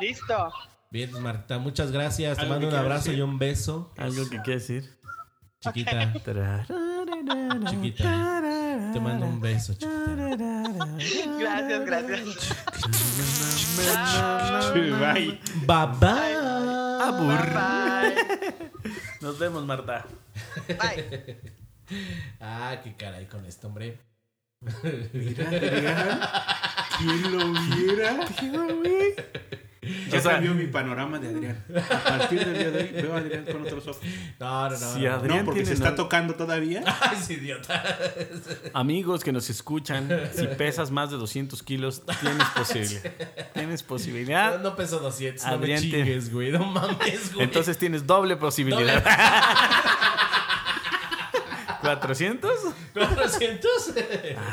Listo. Bien, Martita, muchas gracias. Te ¿Algo mando que un quieras abrazo decir? y un beso. ¿Algo que quieras decir? Chiquita, chiquita. Te mando un beso, chiquita. Gracias, gracias. Sí, bye. Bye bye. Bye. Nos vemos, Marta. Bye. Ah, qué caray con este hombre. Adrián, ¿Quién lo viera? Ya O sea- cambió mi panorama de Adrián. A partir del día de hoy veo a Adrián con otros ojos. No, no, no. Si no. Adrián no, porque se tiene está novia- tocando todavía. Ay, es idiota. Amigos que nos escuchan, si pesas más de 200 kilos, tienes posibilidad. Tienes No, posibilidad. no peso 200, Adrián no me te- chingues, güey. No mames, güey. Entonces tienes doble posibilidad. ¿400? 400.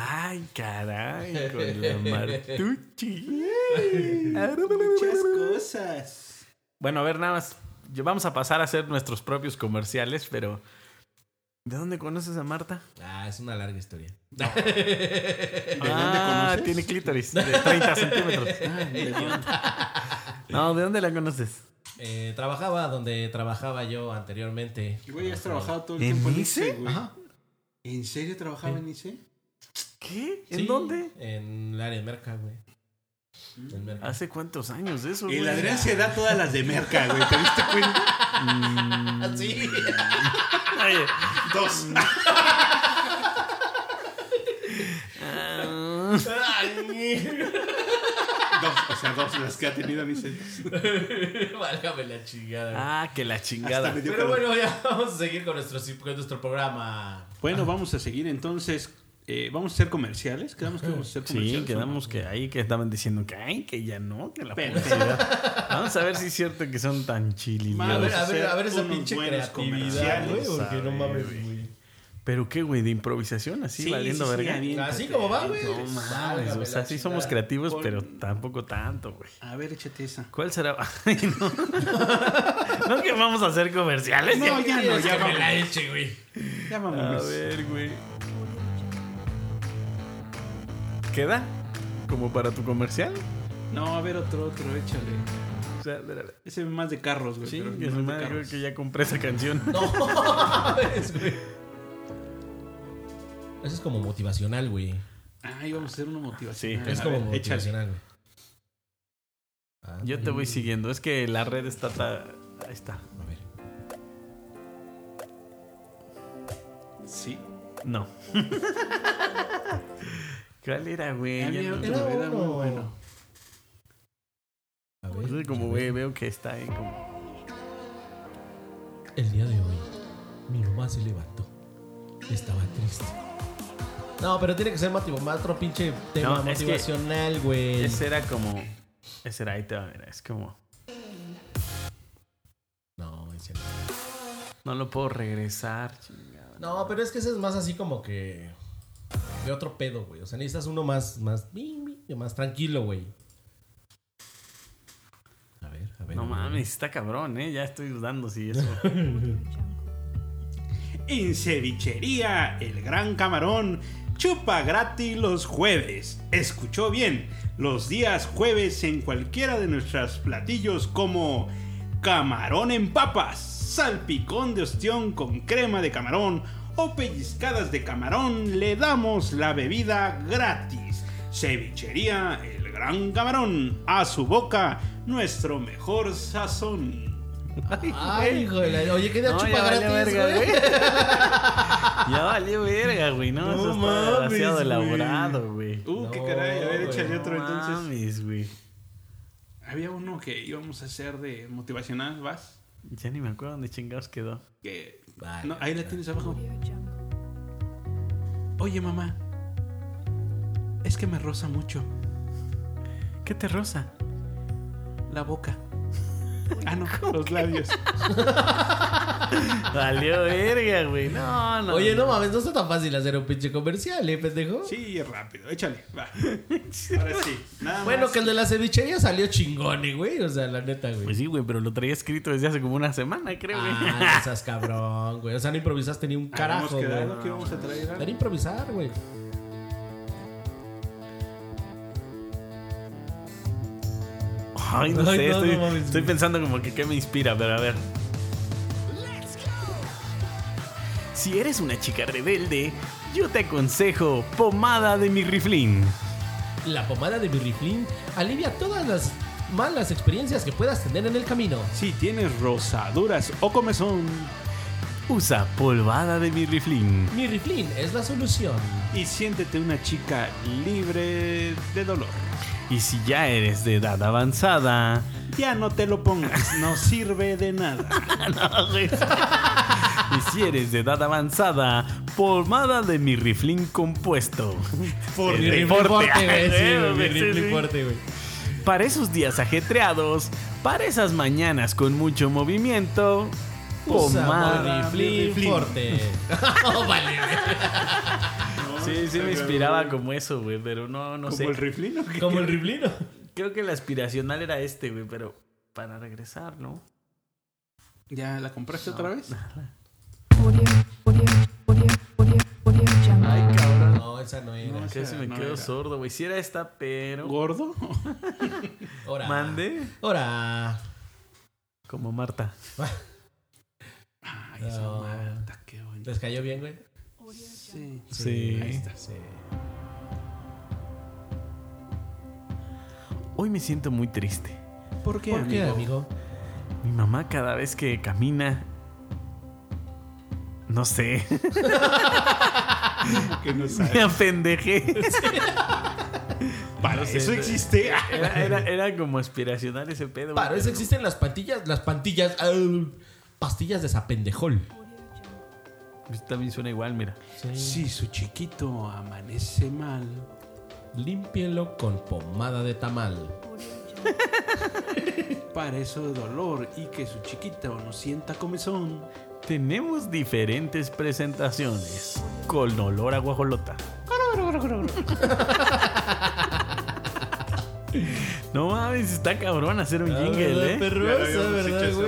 Ay, caray, con la Martucci. Muchas cosas. Bueno, a ver, nada más. Yo- Vamos a pasar a hacer nuestros propios comerciales, pero. ¿De dónde conoces a Marta? Ah, es una larga historia. ah, conoces? tiene clítoris de 30 centímetros. Ah, No, ¿de dónde la conoces? Eh, trabajaba donde trabajaba yo anteriormente. Güey, has trabajado todo el ¿En tiempo en Nice? ICE, güey. Ajá. ¿En serio trabajaba en ICE? ¿Qué? Sí, ¿En dónde? En el área de merca, güey. ¿Hace cuántos años de eso? El güey? Adrián se da todas las de merca, güey. ¿Te diste cuenta? Mm. Sí. Oye, Dos. Dos, o sea, dos las que ha tenido mis Válgame la chingada. Ah, que la chingada. Hasta me dio Pero calor. bueno, ya vamos a seguir con nuestro, con nuestro programa. Bueno, vamos a seguir entonces. eh, vamos a hacer comerciales. Quedamos que vamos a hacer comerciales. Sí, quedamos que ahí que estaban diciendo que ay, que ya no, que la publicidad. Vamos a ver si es cierto que son tan A ver, chilineados. a ver, a ver esa Unos pinche buenos creatividad, güey, comerciales, porque no sabe, mames, güey. güey. Pero qué, güey, de improvisación así, Sí, valiendo sí, sí, verga. aviéntate. Así como va, güey. no mames, Válgame o sea, la sí somos chingada. creativos, Pon- pero tampoco tanto, güey. A ver, échate esa. ¿Cuál será? Ay, no. no que vamos a hacer comerciales. No, ya no, ya Que me la vamos. eche, güey. Ya A vamos. ver, güey. ¿Queda? ¿Como para tu comercial? No, a ver, otro, otro, échale. O sea, espérate. Ese es más de carros, güey. Sí, pero que su no es de madre, creo carros. que ya compré esa canción. Eso es como motivacional, güey. Ah, íbamos a hacer una motivación. Sí, Ah, Es a como ver, échale. motivacional, güey. Ah, Yo te voy siguiendo. Es que la red está. ta- Ahí está. A ver. Sí. No. ¿Cuál era, güey? Ah, Ya mira, no- otro, Era era muy uno. bueno. A No sé, ver. como, güey, veo que está ahí como. El día de hoy, mi mamá se levantó. Estaba triste. No, pero tiene que ser motivo, más otro pinche tema No, es que- motivacional, güey. Ese era como. Ese era ahí te va, mira. Es como. No, ese no. No lo puedo regresar. chingada. No, pero es que ese es más así como que. De otro pedo, güey. O sea, necesitas uno más. Más, más tranquilo, güey. A ver, a ver. No a ver. mames, está cabrón, eh. Ya estoy dudando si eso. En Cevichería, el gran camarón chupa gratis los jueves. Escuchó bien, los días jueves en cualquiera de nuestros platillos como camarón en papas, salpicón de ostión con crema de camarón o pellizcadas de camarón, le damos la bebida gratis. Cevichería, el gran camarón, a su boca nuestro mejor sazón. Ay, hijo de la- Oye, ¿qué día No, chupa ya valió gratis, verga, güey? güey. ya valió verga, güey. No, No eso está mames, demasiado güey. elaborado, güey. Uh, No, qué caray, a ver, güey, échale otro No entonces. mames, güey. Había uno que íbamos a hacer de motivacional, ¿vas? Ya ni me acuerdo dónde chingados quedó. Que... Vale, no, ahí la vale. tienes abajo. Oye, mamá. Es que me roza mucho ¿Qué te rosa? la boca. Ah, no, los labios. Valió verga, güey. No, no. Oye, no mames, no está tan fácil hacer un pinche comercial, ¿eh, pendejo? Sí, rápido, échale, va. Ahora sí, nada Bueno, más. que el de la cevichería salió chingón, eh, güey. O sea, la neta, güey. Pues sí, güey, pero lo traía escrito desde hace como una semana, creo, güey. Ah, no seas cabrón, güey. O sea, no improvisaste ni un Habíamos carajo, güey. quedado que íbamos a traer algo. Era improvisar, güey. Ay, no Ay, sé, no, no estoy, mames, estoy güey. pensando como que qué me inspira, pero a ver. Si eres una chica rebelde, yo te aconsejo pomada de mi riflín. La pomada de Birriflín alivia todas las malas experiencias que puedas tener en el camino. Si tienes rosaduras o comezón Usa polvada de mi riflín. Birriflín es la solución. y siéntete una chica libre de dolor. Y si ya eres de edad avanzada, Ya no te lo pongas, no sirve de nada. No, güey. Y si eres de edad avanzada, pomada de mi riflín compuesto. Por El Birriflín deporte, fuerte, güey. güey, Sí, güey, Eh, sí, sí. güey. Birriflín fuerte, güey. Para esos días ajetreados, para esas mañanas con mucho movimiento, pomada. Usa Birriflín fuerte. No, vale, güey. Sí, sí me inspiraba como eso, güey, pero no, no ¿Como sé. el riflino? que Como el riflino. Creo que el aspiracional era este, güey, pero para regresar, ¿no? ¿Ya la compraste otra vez? Ay, cabrón. No, esa no era. No, Casi me no quedo era. sordo, güey. Si era esta, pero. ¿Gordo? Ahora. Mande. Ahora. Como Marta. Ay, esa No. Marta, qué bonito. ¿Les cayó bien, güey? Sí. Sí. Ahí está. Sí. Hoy me siento muy triste. ¿Por qué, ¿Por qué, amigo? Mi mamá cada vez que camina... No sé. Que no sabe. me apendejé. Para No sé, eso no- existe. Era, era- era como aspiracional ese pedo. güey, Para eso pero- existen las pantillas, las pantillas, ah, pastillas de zapendejol. También suena igual, mira. Si su chiquito amanece mal. Límpielo con pomada de tamal. Para eso dolor y que su chiquito no sienta comezón. Tenemos diferentes presentaciones con olor a guajolota. No mames, está cabrón hacer Ah, un jingle, ¿eh? perro, Ya lo esa, habíamos Ah, ¿verdad, hecho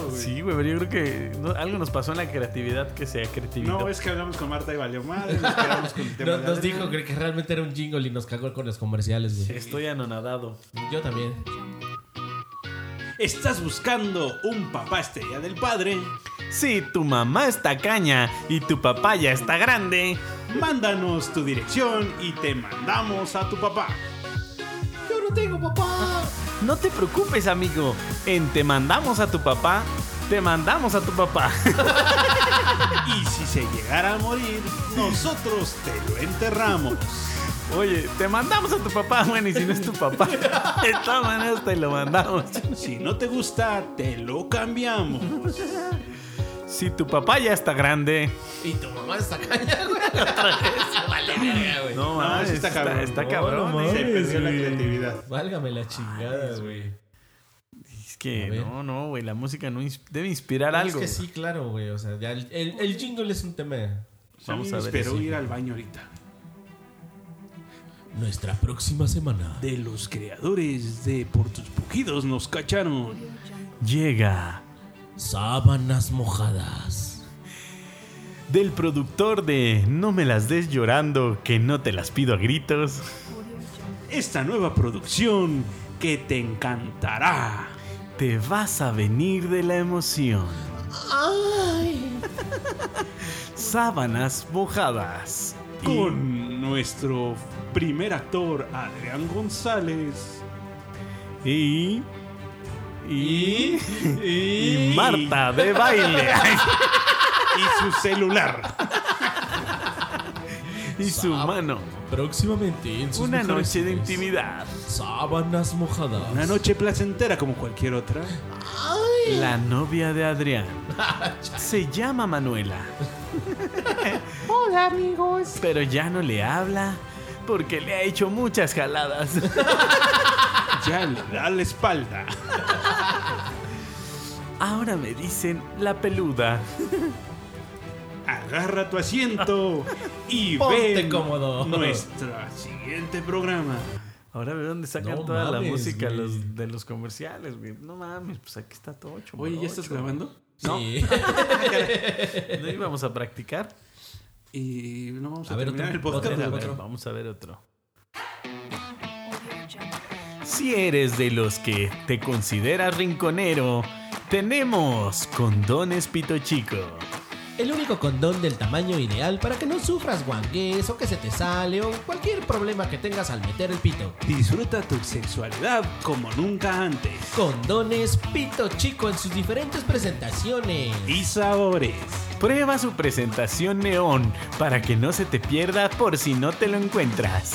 hace güey? Sí, güey, pero yo creo que no- algo nos pasó en la creatividad que sea creatividad. No, es que hablamos con Marta y valió madre. Nos quedamos con el tema Nos, de nos Adela. dijo que, que realmente era un jingle y nos cagó con los comerciales, güey. Estoy anonadado. Yo también. ¿Estás buscando un papá estrella del padre? Si tu mamá está caña y tu papá ya está grande. Mándanos tu dirección y te mandamos a tu papá. Yo no tengo papá. No te preocupes, amigo. En Te mandamos a tu papá, te mandamos a tu papá. Y si se llegara a morir, nosotros te lo enterramos. Oye, te mandamos a tu papá, bueno, y si no es tu papá, de todas maneras te lo mandamos. Si no te gusta, te lo cambiamos. Si tu papá ya está grande. Y tu mamá está caña, güey. Otra vez. Vale, verga, güey. No, No, mames, sí está cabrón. Está, No, cabrón, no eh. Se perdió la güey. creatividad. Válgame la chingada, güey. Es que A ver. no, no, güey, la música no ins- debe inspirar Pues Es algo. que sí, claro, güey. O sea, ya el, el- el jingle es un tema. Vamos me a ver esperó eso. ir al baño ahorita. Nuestra próxima semana. De los creadores de Por tus pujidos nos cacharon. Llega Sábanas mojadas. del productor de No me las des llorando, que no te las pido a gritos. Esta nueva producción que te encantará. Te vas a venir de la emoción. Ay. Sábanas mojadas. Y- Con nuestro primer actor, Adrián González. Y. Y. Y, y Marta de baile. Y su celular. y su mano. Próximamente en sus Una noche de mujercitas. intimidad. Sábanas mojadas. Una noche placentera como cualquier otra. La novia de Adrián. Se llama Manuela. Hola, amigos. Pero ya no le habla porque le ha hecho muchas jaladas. Ya le da la espalda. Ahora me dicen la peluda. Agarra tu asiento y Ponte ven cómodo. nuestro siguiente programa. Ahora ve dónde sacan No toda la mames, música güey. los- de los comerciales, güey. No mames, pues aquí está todo ocho. Oye, morocho. ¿ya estás grabando? Sí. ¿No íbamos a practicar? Y no vamos a, A ver, otro- terminar el podcast. A ver, otro. Vamos a ver otro. Si eres de los que te consideras rinconero, tenemos condones pito chico. El único condón del tamaño ideal para que no sufras guangués o que se te sale o cualquier problema que tengas al meter el pito. Disfruta tu sexualidad como nunca antes. Condones Pito Chico en sus diferentes presentaciones. Y sabores. Prueba su presentación neón para que no se te pierda por si no te lo encuentras.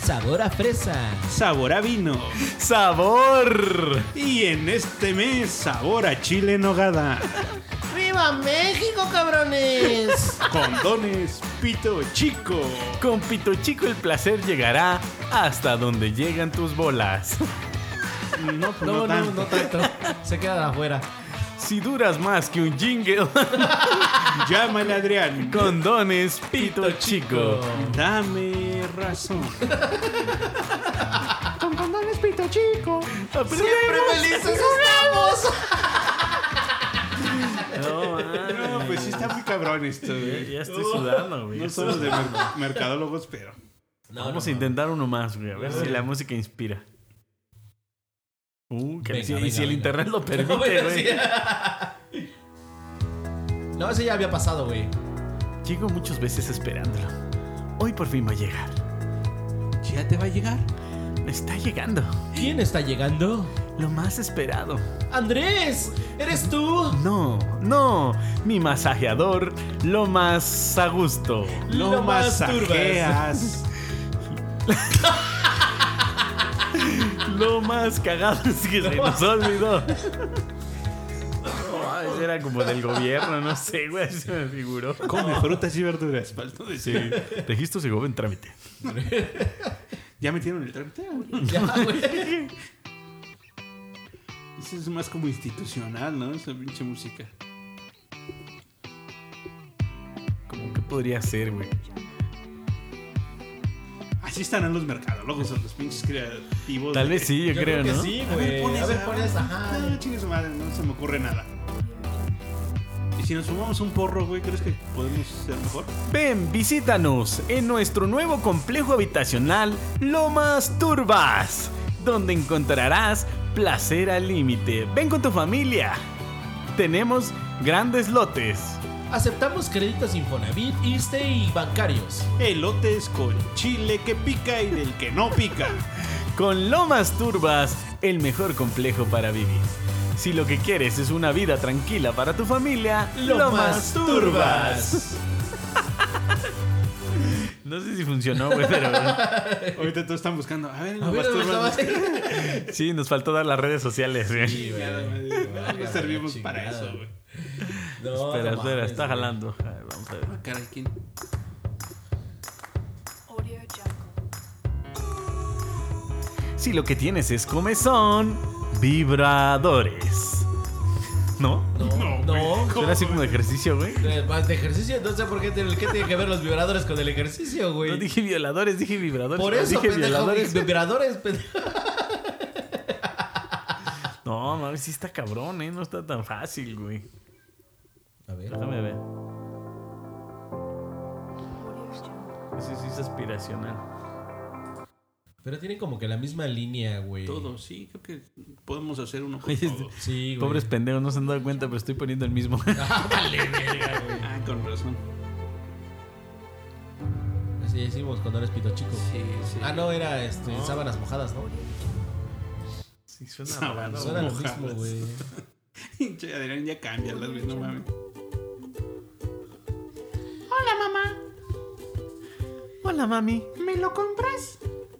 Sabor a fresa. Sabor a vino. ¡Sabor! Y en este mes, sabor a chile en nogada. ¡Viva México, cabrones! Condones Pito Chico. Con pito chico el placer llegará hasta donde llegan tus bolas. No, pues No, no, no, tanto. no tanto. Se queda afuera. Si duras más que un jingle, Llámale a Adrián. condones pito chico. Dame razón. Con condones pito chico. ¡Siempre felices estamos! No, mames. No, pues sí está muy cabrón esto, Ya, güey. ya estoy sudando, güey. No somos de mer- mercadólogos, pero. Vamos a intentar uno más, güey. A ver si la música inspira. Uh, que Venga, si- y venga, si el venga. internet lo permite, No, bueno, güey. sí. No, ese ya había pasado, güey. Llego muchas veces esperándolo. Hoy por fin va a llegar. ¿Ya te va a llegar? Está llegando. ¿Quién está llegando? Lo más esperado. ¡Andrés! ¿Eres tú? No, no. Mi masajeador, lo más a gusto. Lo masajeas. lo más cagado es que se nos olvidó. Ay, Era como del gobierno, no sé, güey, se me figuró. Come frutas y verduras. Faltó decir. Registro se en trámite. ¿Ya metieron el trámite? güey? Ya, güey. Eso es más como institucional, ¿no? Esa pinche música. Como que podría ser, güey. Así estarán los mercadólogos, son los pinches creativos. Tal de- vez sí, yo, creo, ¿no? A ver, pones, A ver, pones, ajá. ajá. No, chingue su madre, no se me ocurre nada. Y si nos fumamos un porro, güey, ¿crees que podemos ser mejor? Ven, visítanos en nuestro nuevo complejo habitacional Lomas Turbas, donde encontrarás placer al límite. Ven con tu familia. Tenemos grandes lotes. Aceptamos créditos Infonavit, ISTE y bancarios. Elotes con chile que pica y del que no pica. Con Lomas Turbas, el mejor complejo para vivir. Si lo que quieres es una vida tranquila para tu familia, Lomas Turbas. No sé si funcionó, güey, pero Ahorita todos están buscando. A ver, A lo ver, más ¿dónde turbas. estabas? sí, nos faltó dar las redes sociales. güey. Sí, güey. Algo servimos Chingada. para eso, güey. No, espera, no espera, mames, está güey. jalando. A ver, vamos a ver. Ah, Caray, ¿quién? Si lo que tienes es comezón, vibradores. ¿No? No, no. Era así como de ejercicio, güey. Eh, Más de ejercicio, no sé por qué tiene, qué tiene que ver los vibradores con el ejercicio, No güey. dije violadores, dije vibradores. Por pero eso, dije pendejo, violadores. vibradores, pendejo. No, mames, sí está cabrón, ¿eh? No está tan fácil, güey. A ver. Déjame ver. Ese sí es aspiracional. Pero tiene como que la misma línea, güey. Todo, sí, creo que podemos hacer uno con Oye, todo. este- Sí, güey. Pobres pendejos, no se han dado cuenta, pero estoy poniendo el mismo. Dale, verga, güey. Ah, con razón. Así decimos cuando eres pito chico. Sí, sí. Ah, no, era este, sábanas mojadas, ¿no? sí, suena Sábanas raro. Suena lo mojadas. mismo, güey. Pinche Adrián ya cambia las no mames. Hola, mamá. Hola, mami. ¿Me lo compras?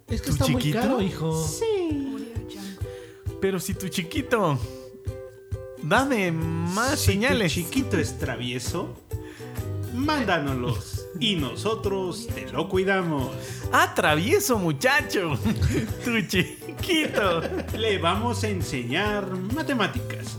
Es que ¿Tu está chiquito? muy caro, hijo. Sí. Pero si tu chiquito. Dame más Si tu señales. chiquito es travieso, mándanoslos y nosotros te lo cuidamos. Ah, travieso muchacho. tu chiquito. Le vamos a enseñar matemáticas,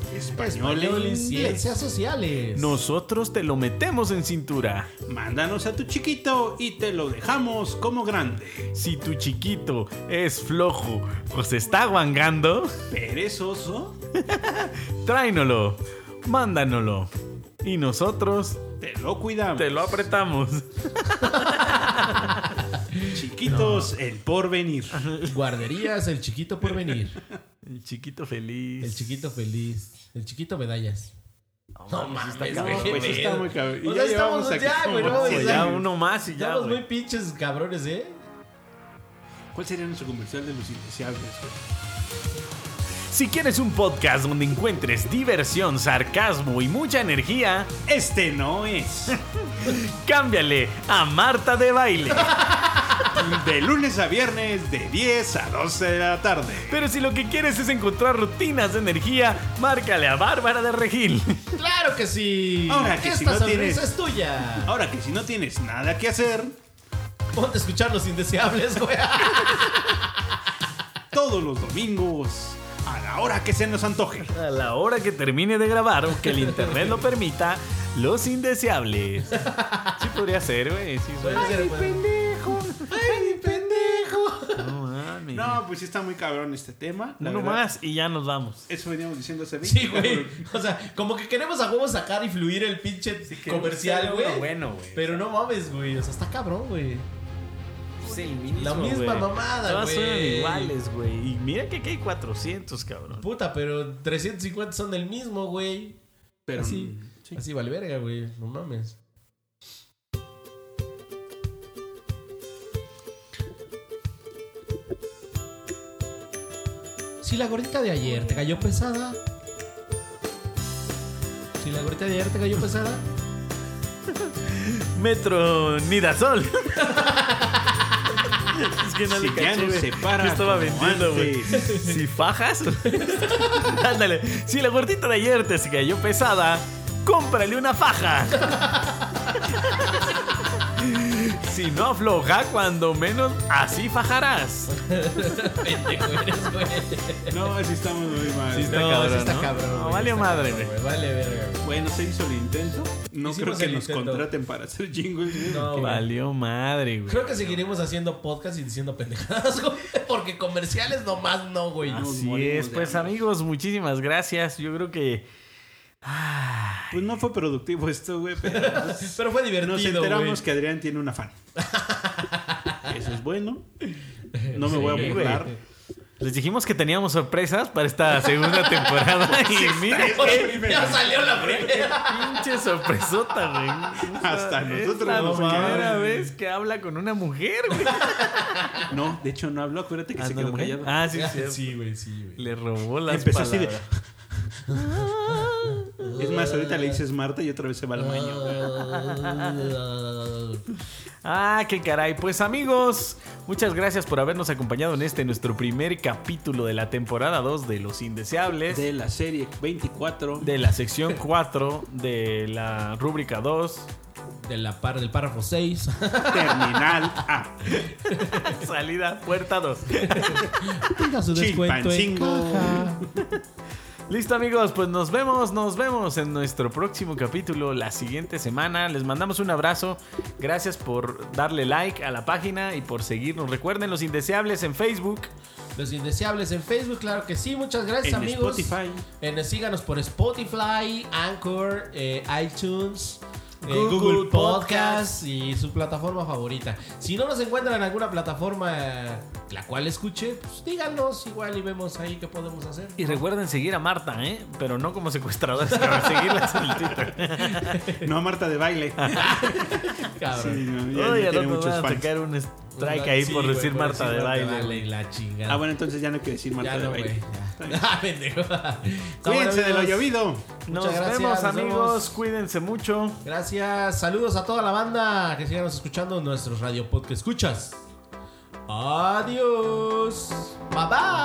Español español, y e inglés. ciencias sociales. Nosotros te lo metemos en cintura. Mándanos a tu chiquito y te lo dejamos como grande. Si tu chiquito es flojo o se está guangando, Perezoso, tráenoslo. Mándanoslo. Y nosotros te lo cuidamos. te lo apretamos. Chiquitos, el porvenir. Guarderías, el chiquito por venir. El chiquito feliz. El chiquito feliz. El chiquito medallas. No mames, No, güey. pues sí está muy cabrón. Y O ya sea, estamos llevamos aquí ya, como güey. no, dos o Pues sea, ya uno más y ya. Estamos muy güey. pinches cabrones, ¿eh? ¿Cuál sería nuestro comercial de los indeseables? güey? Si quieres un podcast donde encuentres diversión, sarcasmo y mucha energía, Este no es. cámbiale a Marta de baile. De lunes a viernes, de 10 a 12 de la tarde. Pero si lo que quieres es encontrar rutinas de energía, márcale a Bárbara de Regil. ¡Claro que sí! Ahora que Esta si no sonrisa tienes- es tuya. Ahora que si no tienes nada que hacer, Ponte a escuchar los indeseables, güey. todos los domingos, a la hora que se nos antoje. A la hora que termine de grabar o que el internet lo permita, los indeseables. Sí podría ser, güey. Sí, suena. Puede ser, puede- ¡Ay, pendejo! No mames. No, pues sí está muy cabrón este tema. la Uno verdad. más y ya nos vamos. Eso veníamos diciendo hace 20 Sí, güey. O sea, como que queremos a huevo sacar y fluir el pinche comercial, güey. Bueno, güey. Pero no mames, güey. O sea, está cabrón, güey. Es el mismo, La misma güey. mamada, Todas güey. suenan iguales, güey. Y mira que aquí hay 400, cabrón. Puta, pero 350 son del mismo, güey. Pero así, sí. así vale verga, güey. No mames. Si la gordita de ayer te cayó pesada. Si la gordita de ayer te cayó pesada. Metro Nidasol. es que no Si le ya caché, no güey. se para Yo estaba como vendiendo, güey. antes. Si fajas. Ándale. Si la gordita de ayer te se cayó pesada, cómprale una faja. Si no afloja, cuando menos así fajarás. No, así estamos muy mal. Sí está No, cabrón, sí está ¿no? cabrón, No, güey, vale está madre, cabrón, güey. Vale, verga. Bueno, se hizo el intento. No Hicimos creo el que nos intento. contraten para hacer jingles. güey. No, Valió madre, güey. Creo que seguiremos haciendo podcast y diciendo pendejadas, güey. Porque comerciales nomás no, güey. Nos Así morimos es, de pues hambre. amigos, muchísimas gracias. Yo creo que Pues no fue productivo esto, güey. Pero, pues, Pero fue divertido. nos enteramos güey. que Adrián tiene un afán. Eso es bueno. No me Sí, voy a burlar. güey. les dijimos que teníamos sorpresas para esta segunda temporada. y mira qué Ya salió la primera. pinche sorpresota, güey. Hasta nosotros Es la nos primera engañaron. vez que habla con una mujer, güey. No, de hecho no habló. Acuérdate que Ah, se ¿no quedó la mujer? callado. Ah, sí, sí. Sí, güey, sí, güey. Le robó las Empezó así de- palabras. Es más, ahorita le dices Marta y otra vez se va al baño. Ah, qué caray. Pues amigos, muchas gracias por habernos acompañado en este nuestro primer capítulo de la temporada 2 de Los Indeseables. De la serie 24. de la sección 4 de la rúbrica 2. De la par, del párrafo 6. Terminal A. Salida, puerta 2. Tenga su descuento en Chilpancingo. caja. Listo amigos, pues nos vemos, nos vemos en nuestro próximo capítulo la siguiente semana. Les mandamos un abrazo. Gracias por darle like a la página y por seguirnos. Recuerden los indeseables en Facebook. Los indeseables en Facebook, claro que sí. Muchas gracias, En amigos. Spotify. En- síganos por Spotify, Anchor, eh, iTunes. eh, Google Google, Podcast, y su plataforma favorita. Si no nos encuentran en alguna plataforma eh, la cual escuche, pues díganos igual y vemos ahí qué podemos hacer. Y recuerden seguir a Marta, ¿eh? Pero no como secuestradora, sino seguirla en Twitter. No a Marta de baile. Ah, Cabrón. Sí, no, ya- Oye, ya al tiene rato muchos van a fans. sacar un strike ahí Sí, por güey, decir Marta de baile. güey. La chingada. Ah, bueno, entonces ya no hay que decir Marta Ya de no, baile. güey. ya. Ah, pendejo. Está bueno, Cuídense de lo amigos. llovido. Nos Muchas gracias, vemos nos amigos, vemos. cuídense mucho. Gracias, saludos a toda la banda que sigamos escuchando nuestros Radio Podcast Escuchas. Adiós. Bye bye.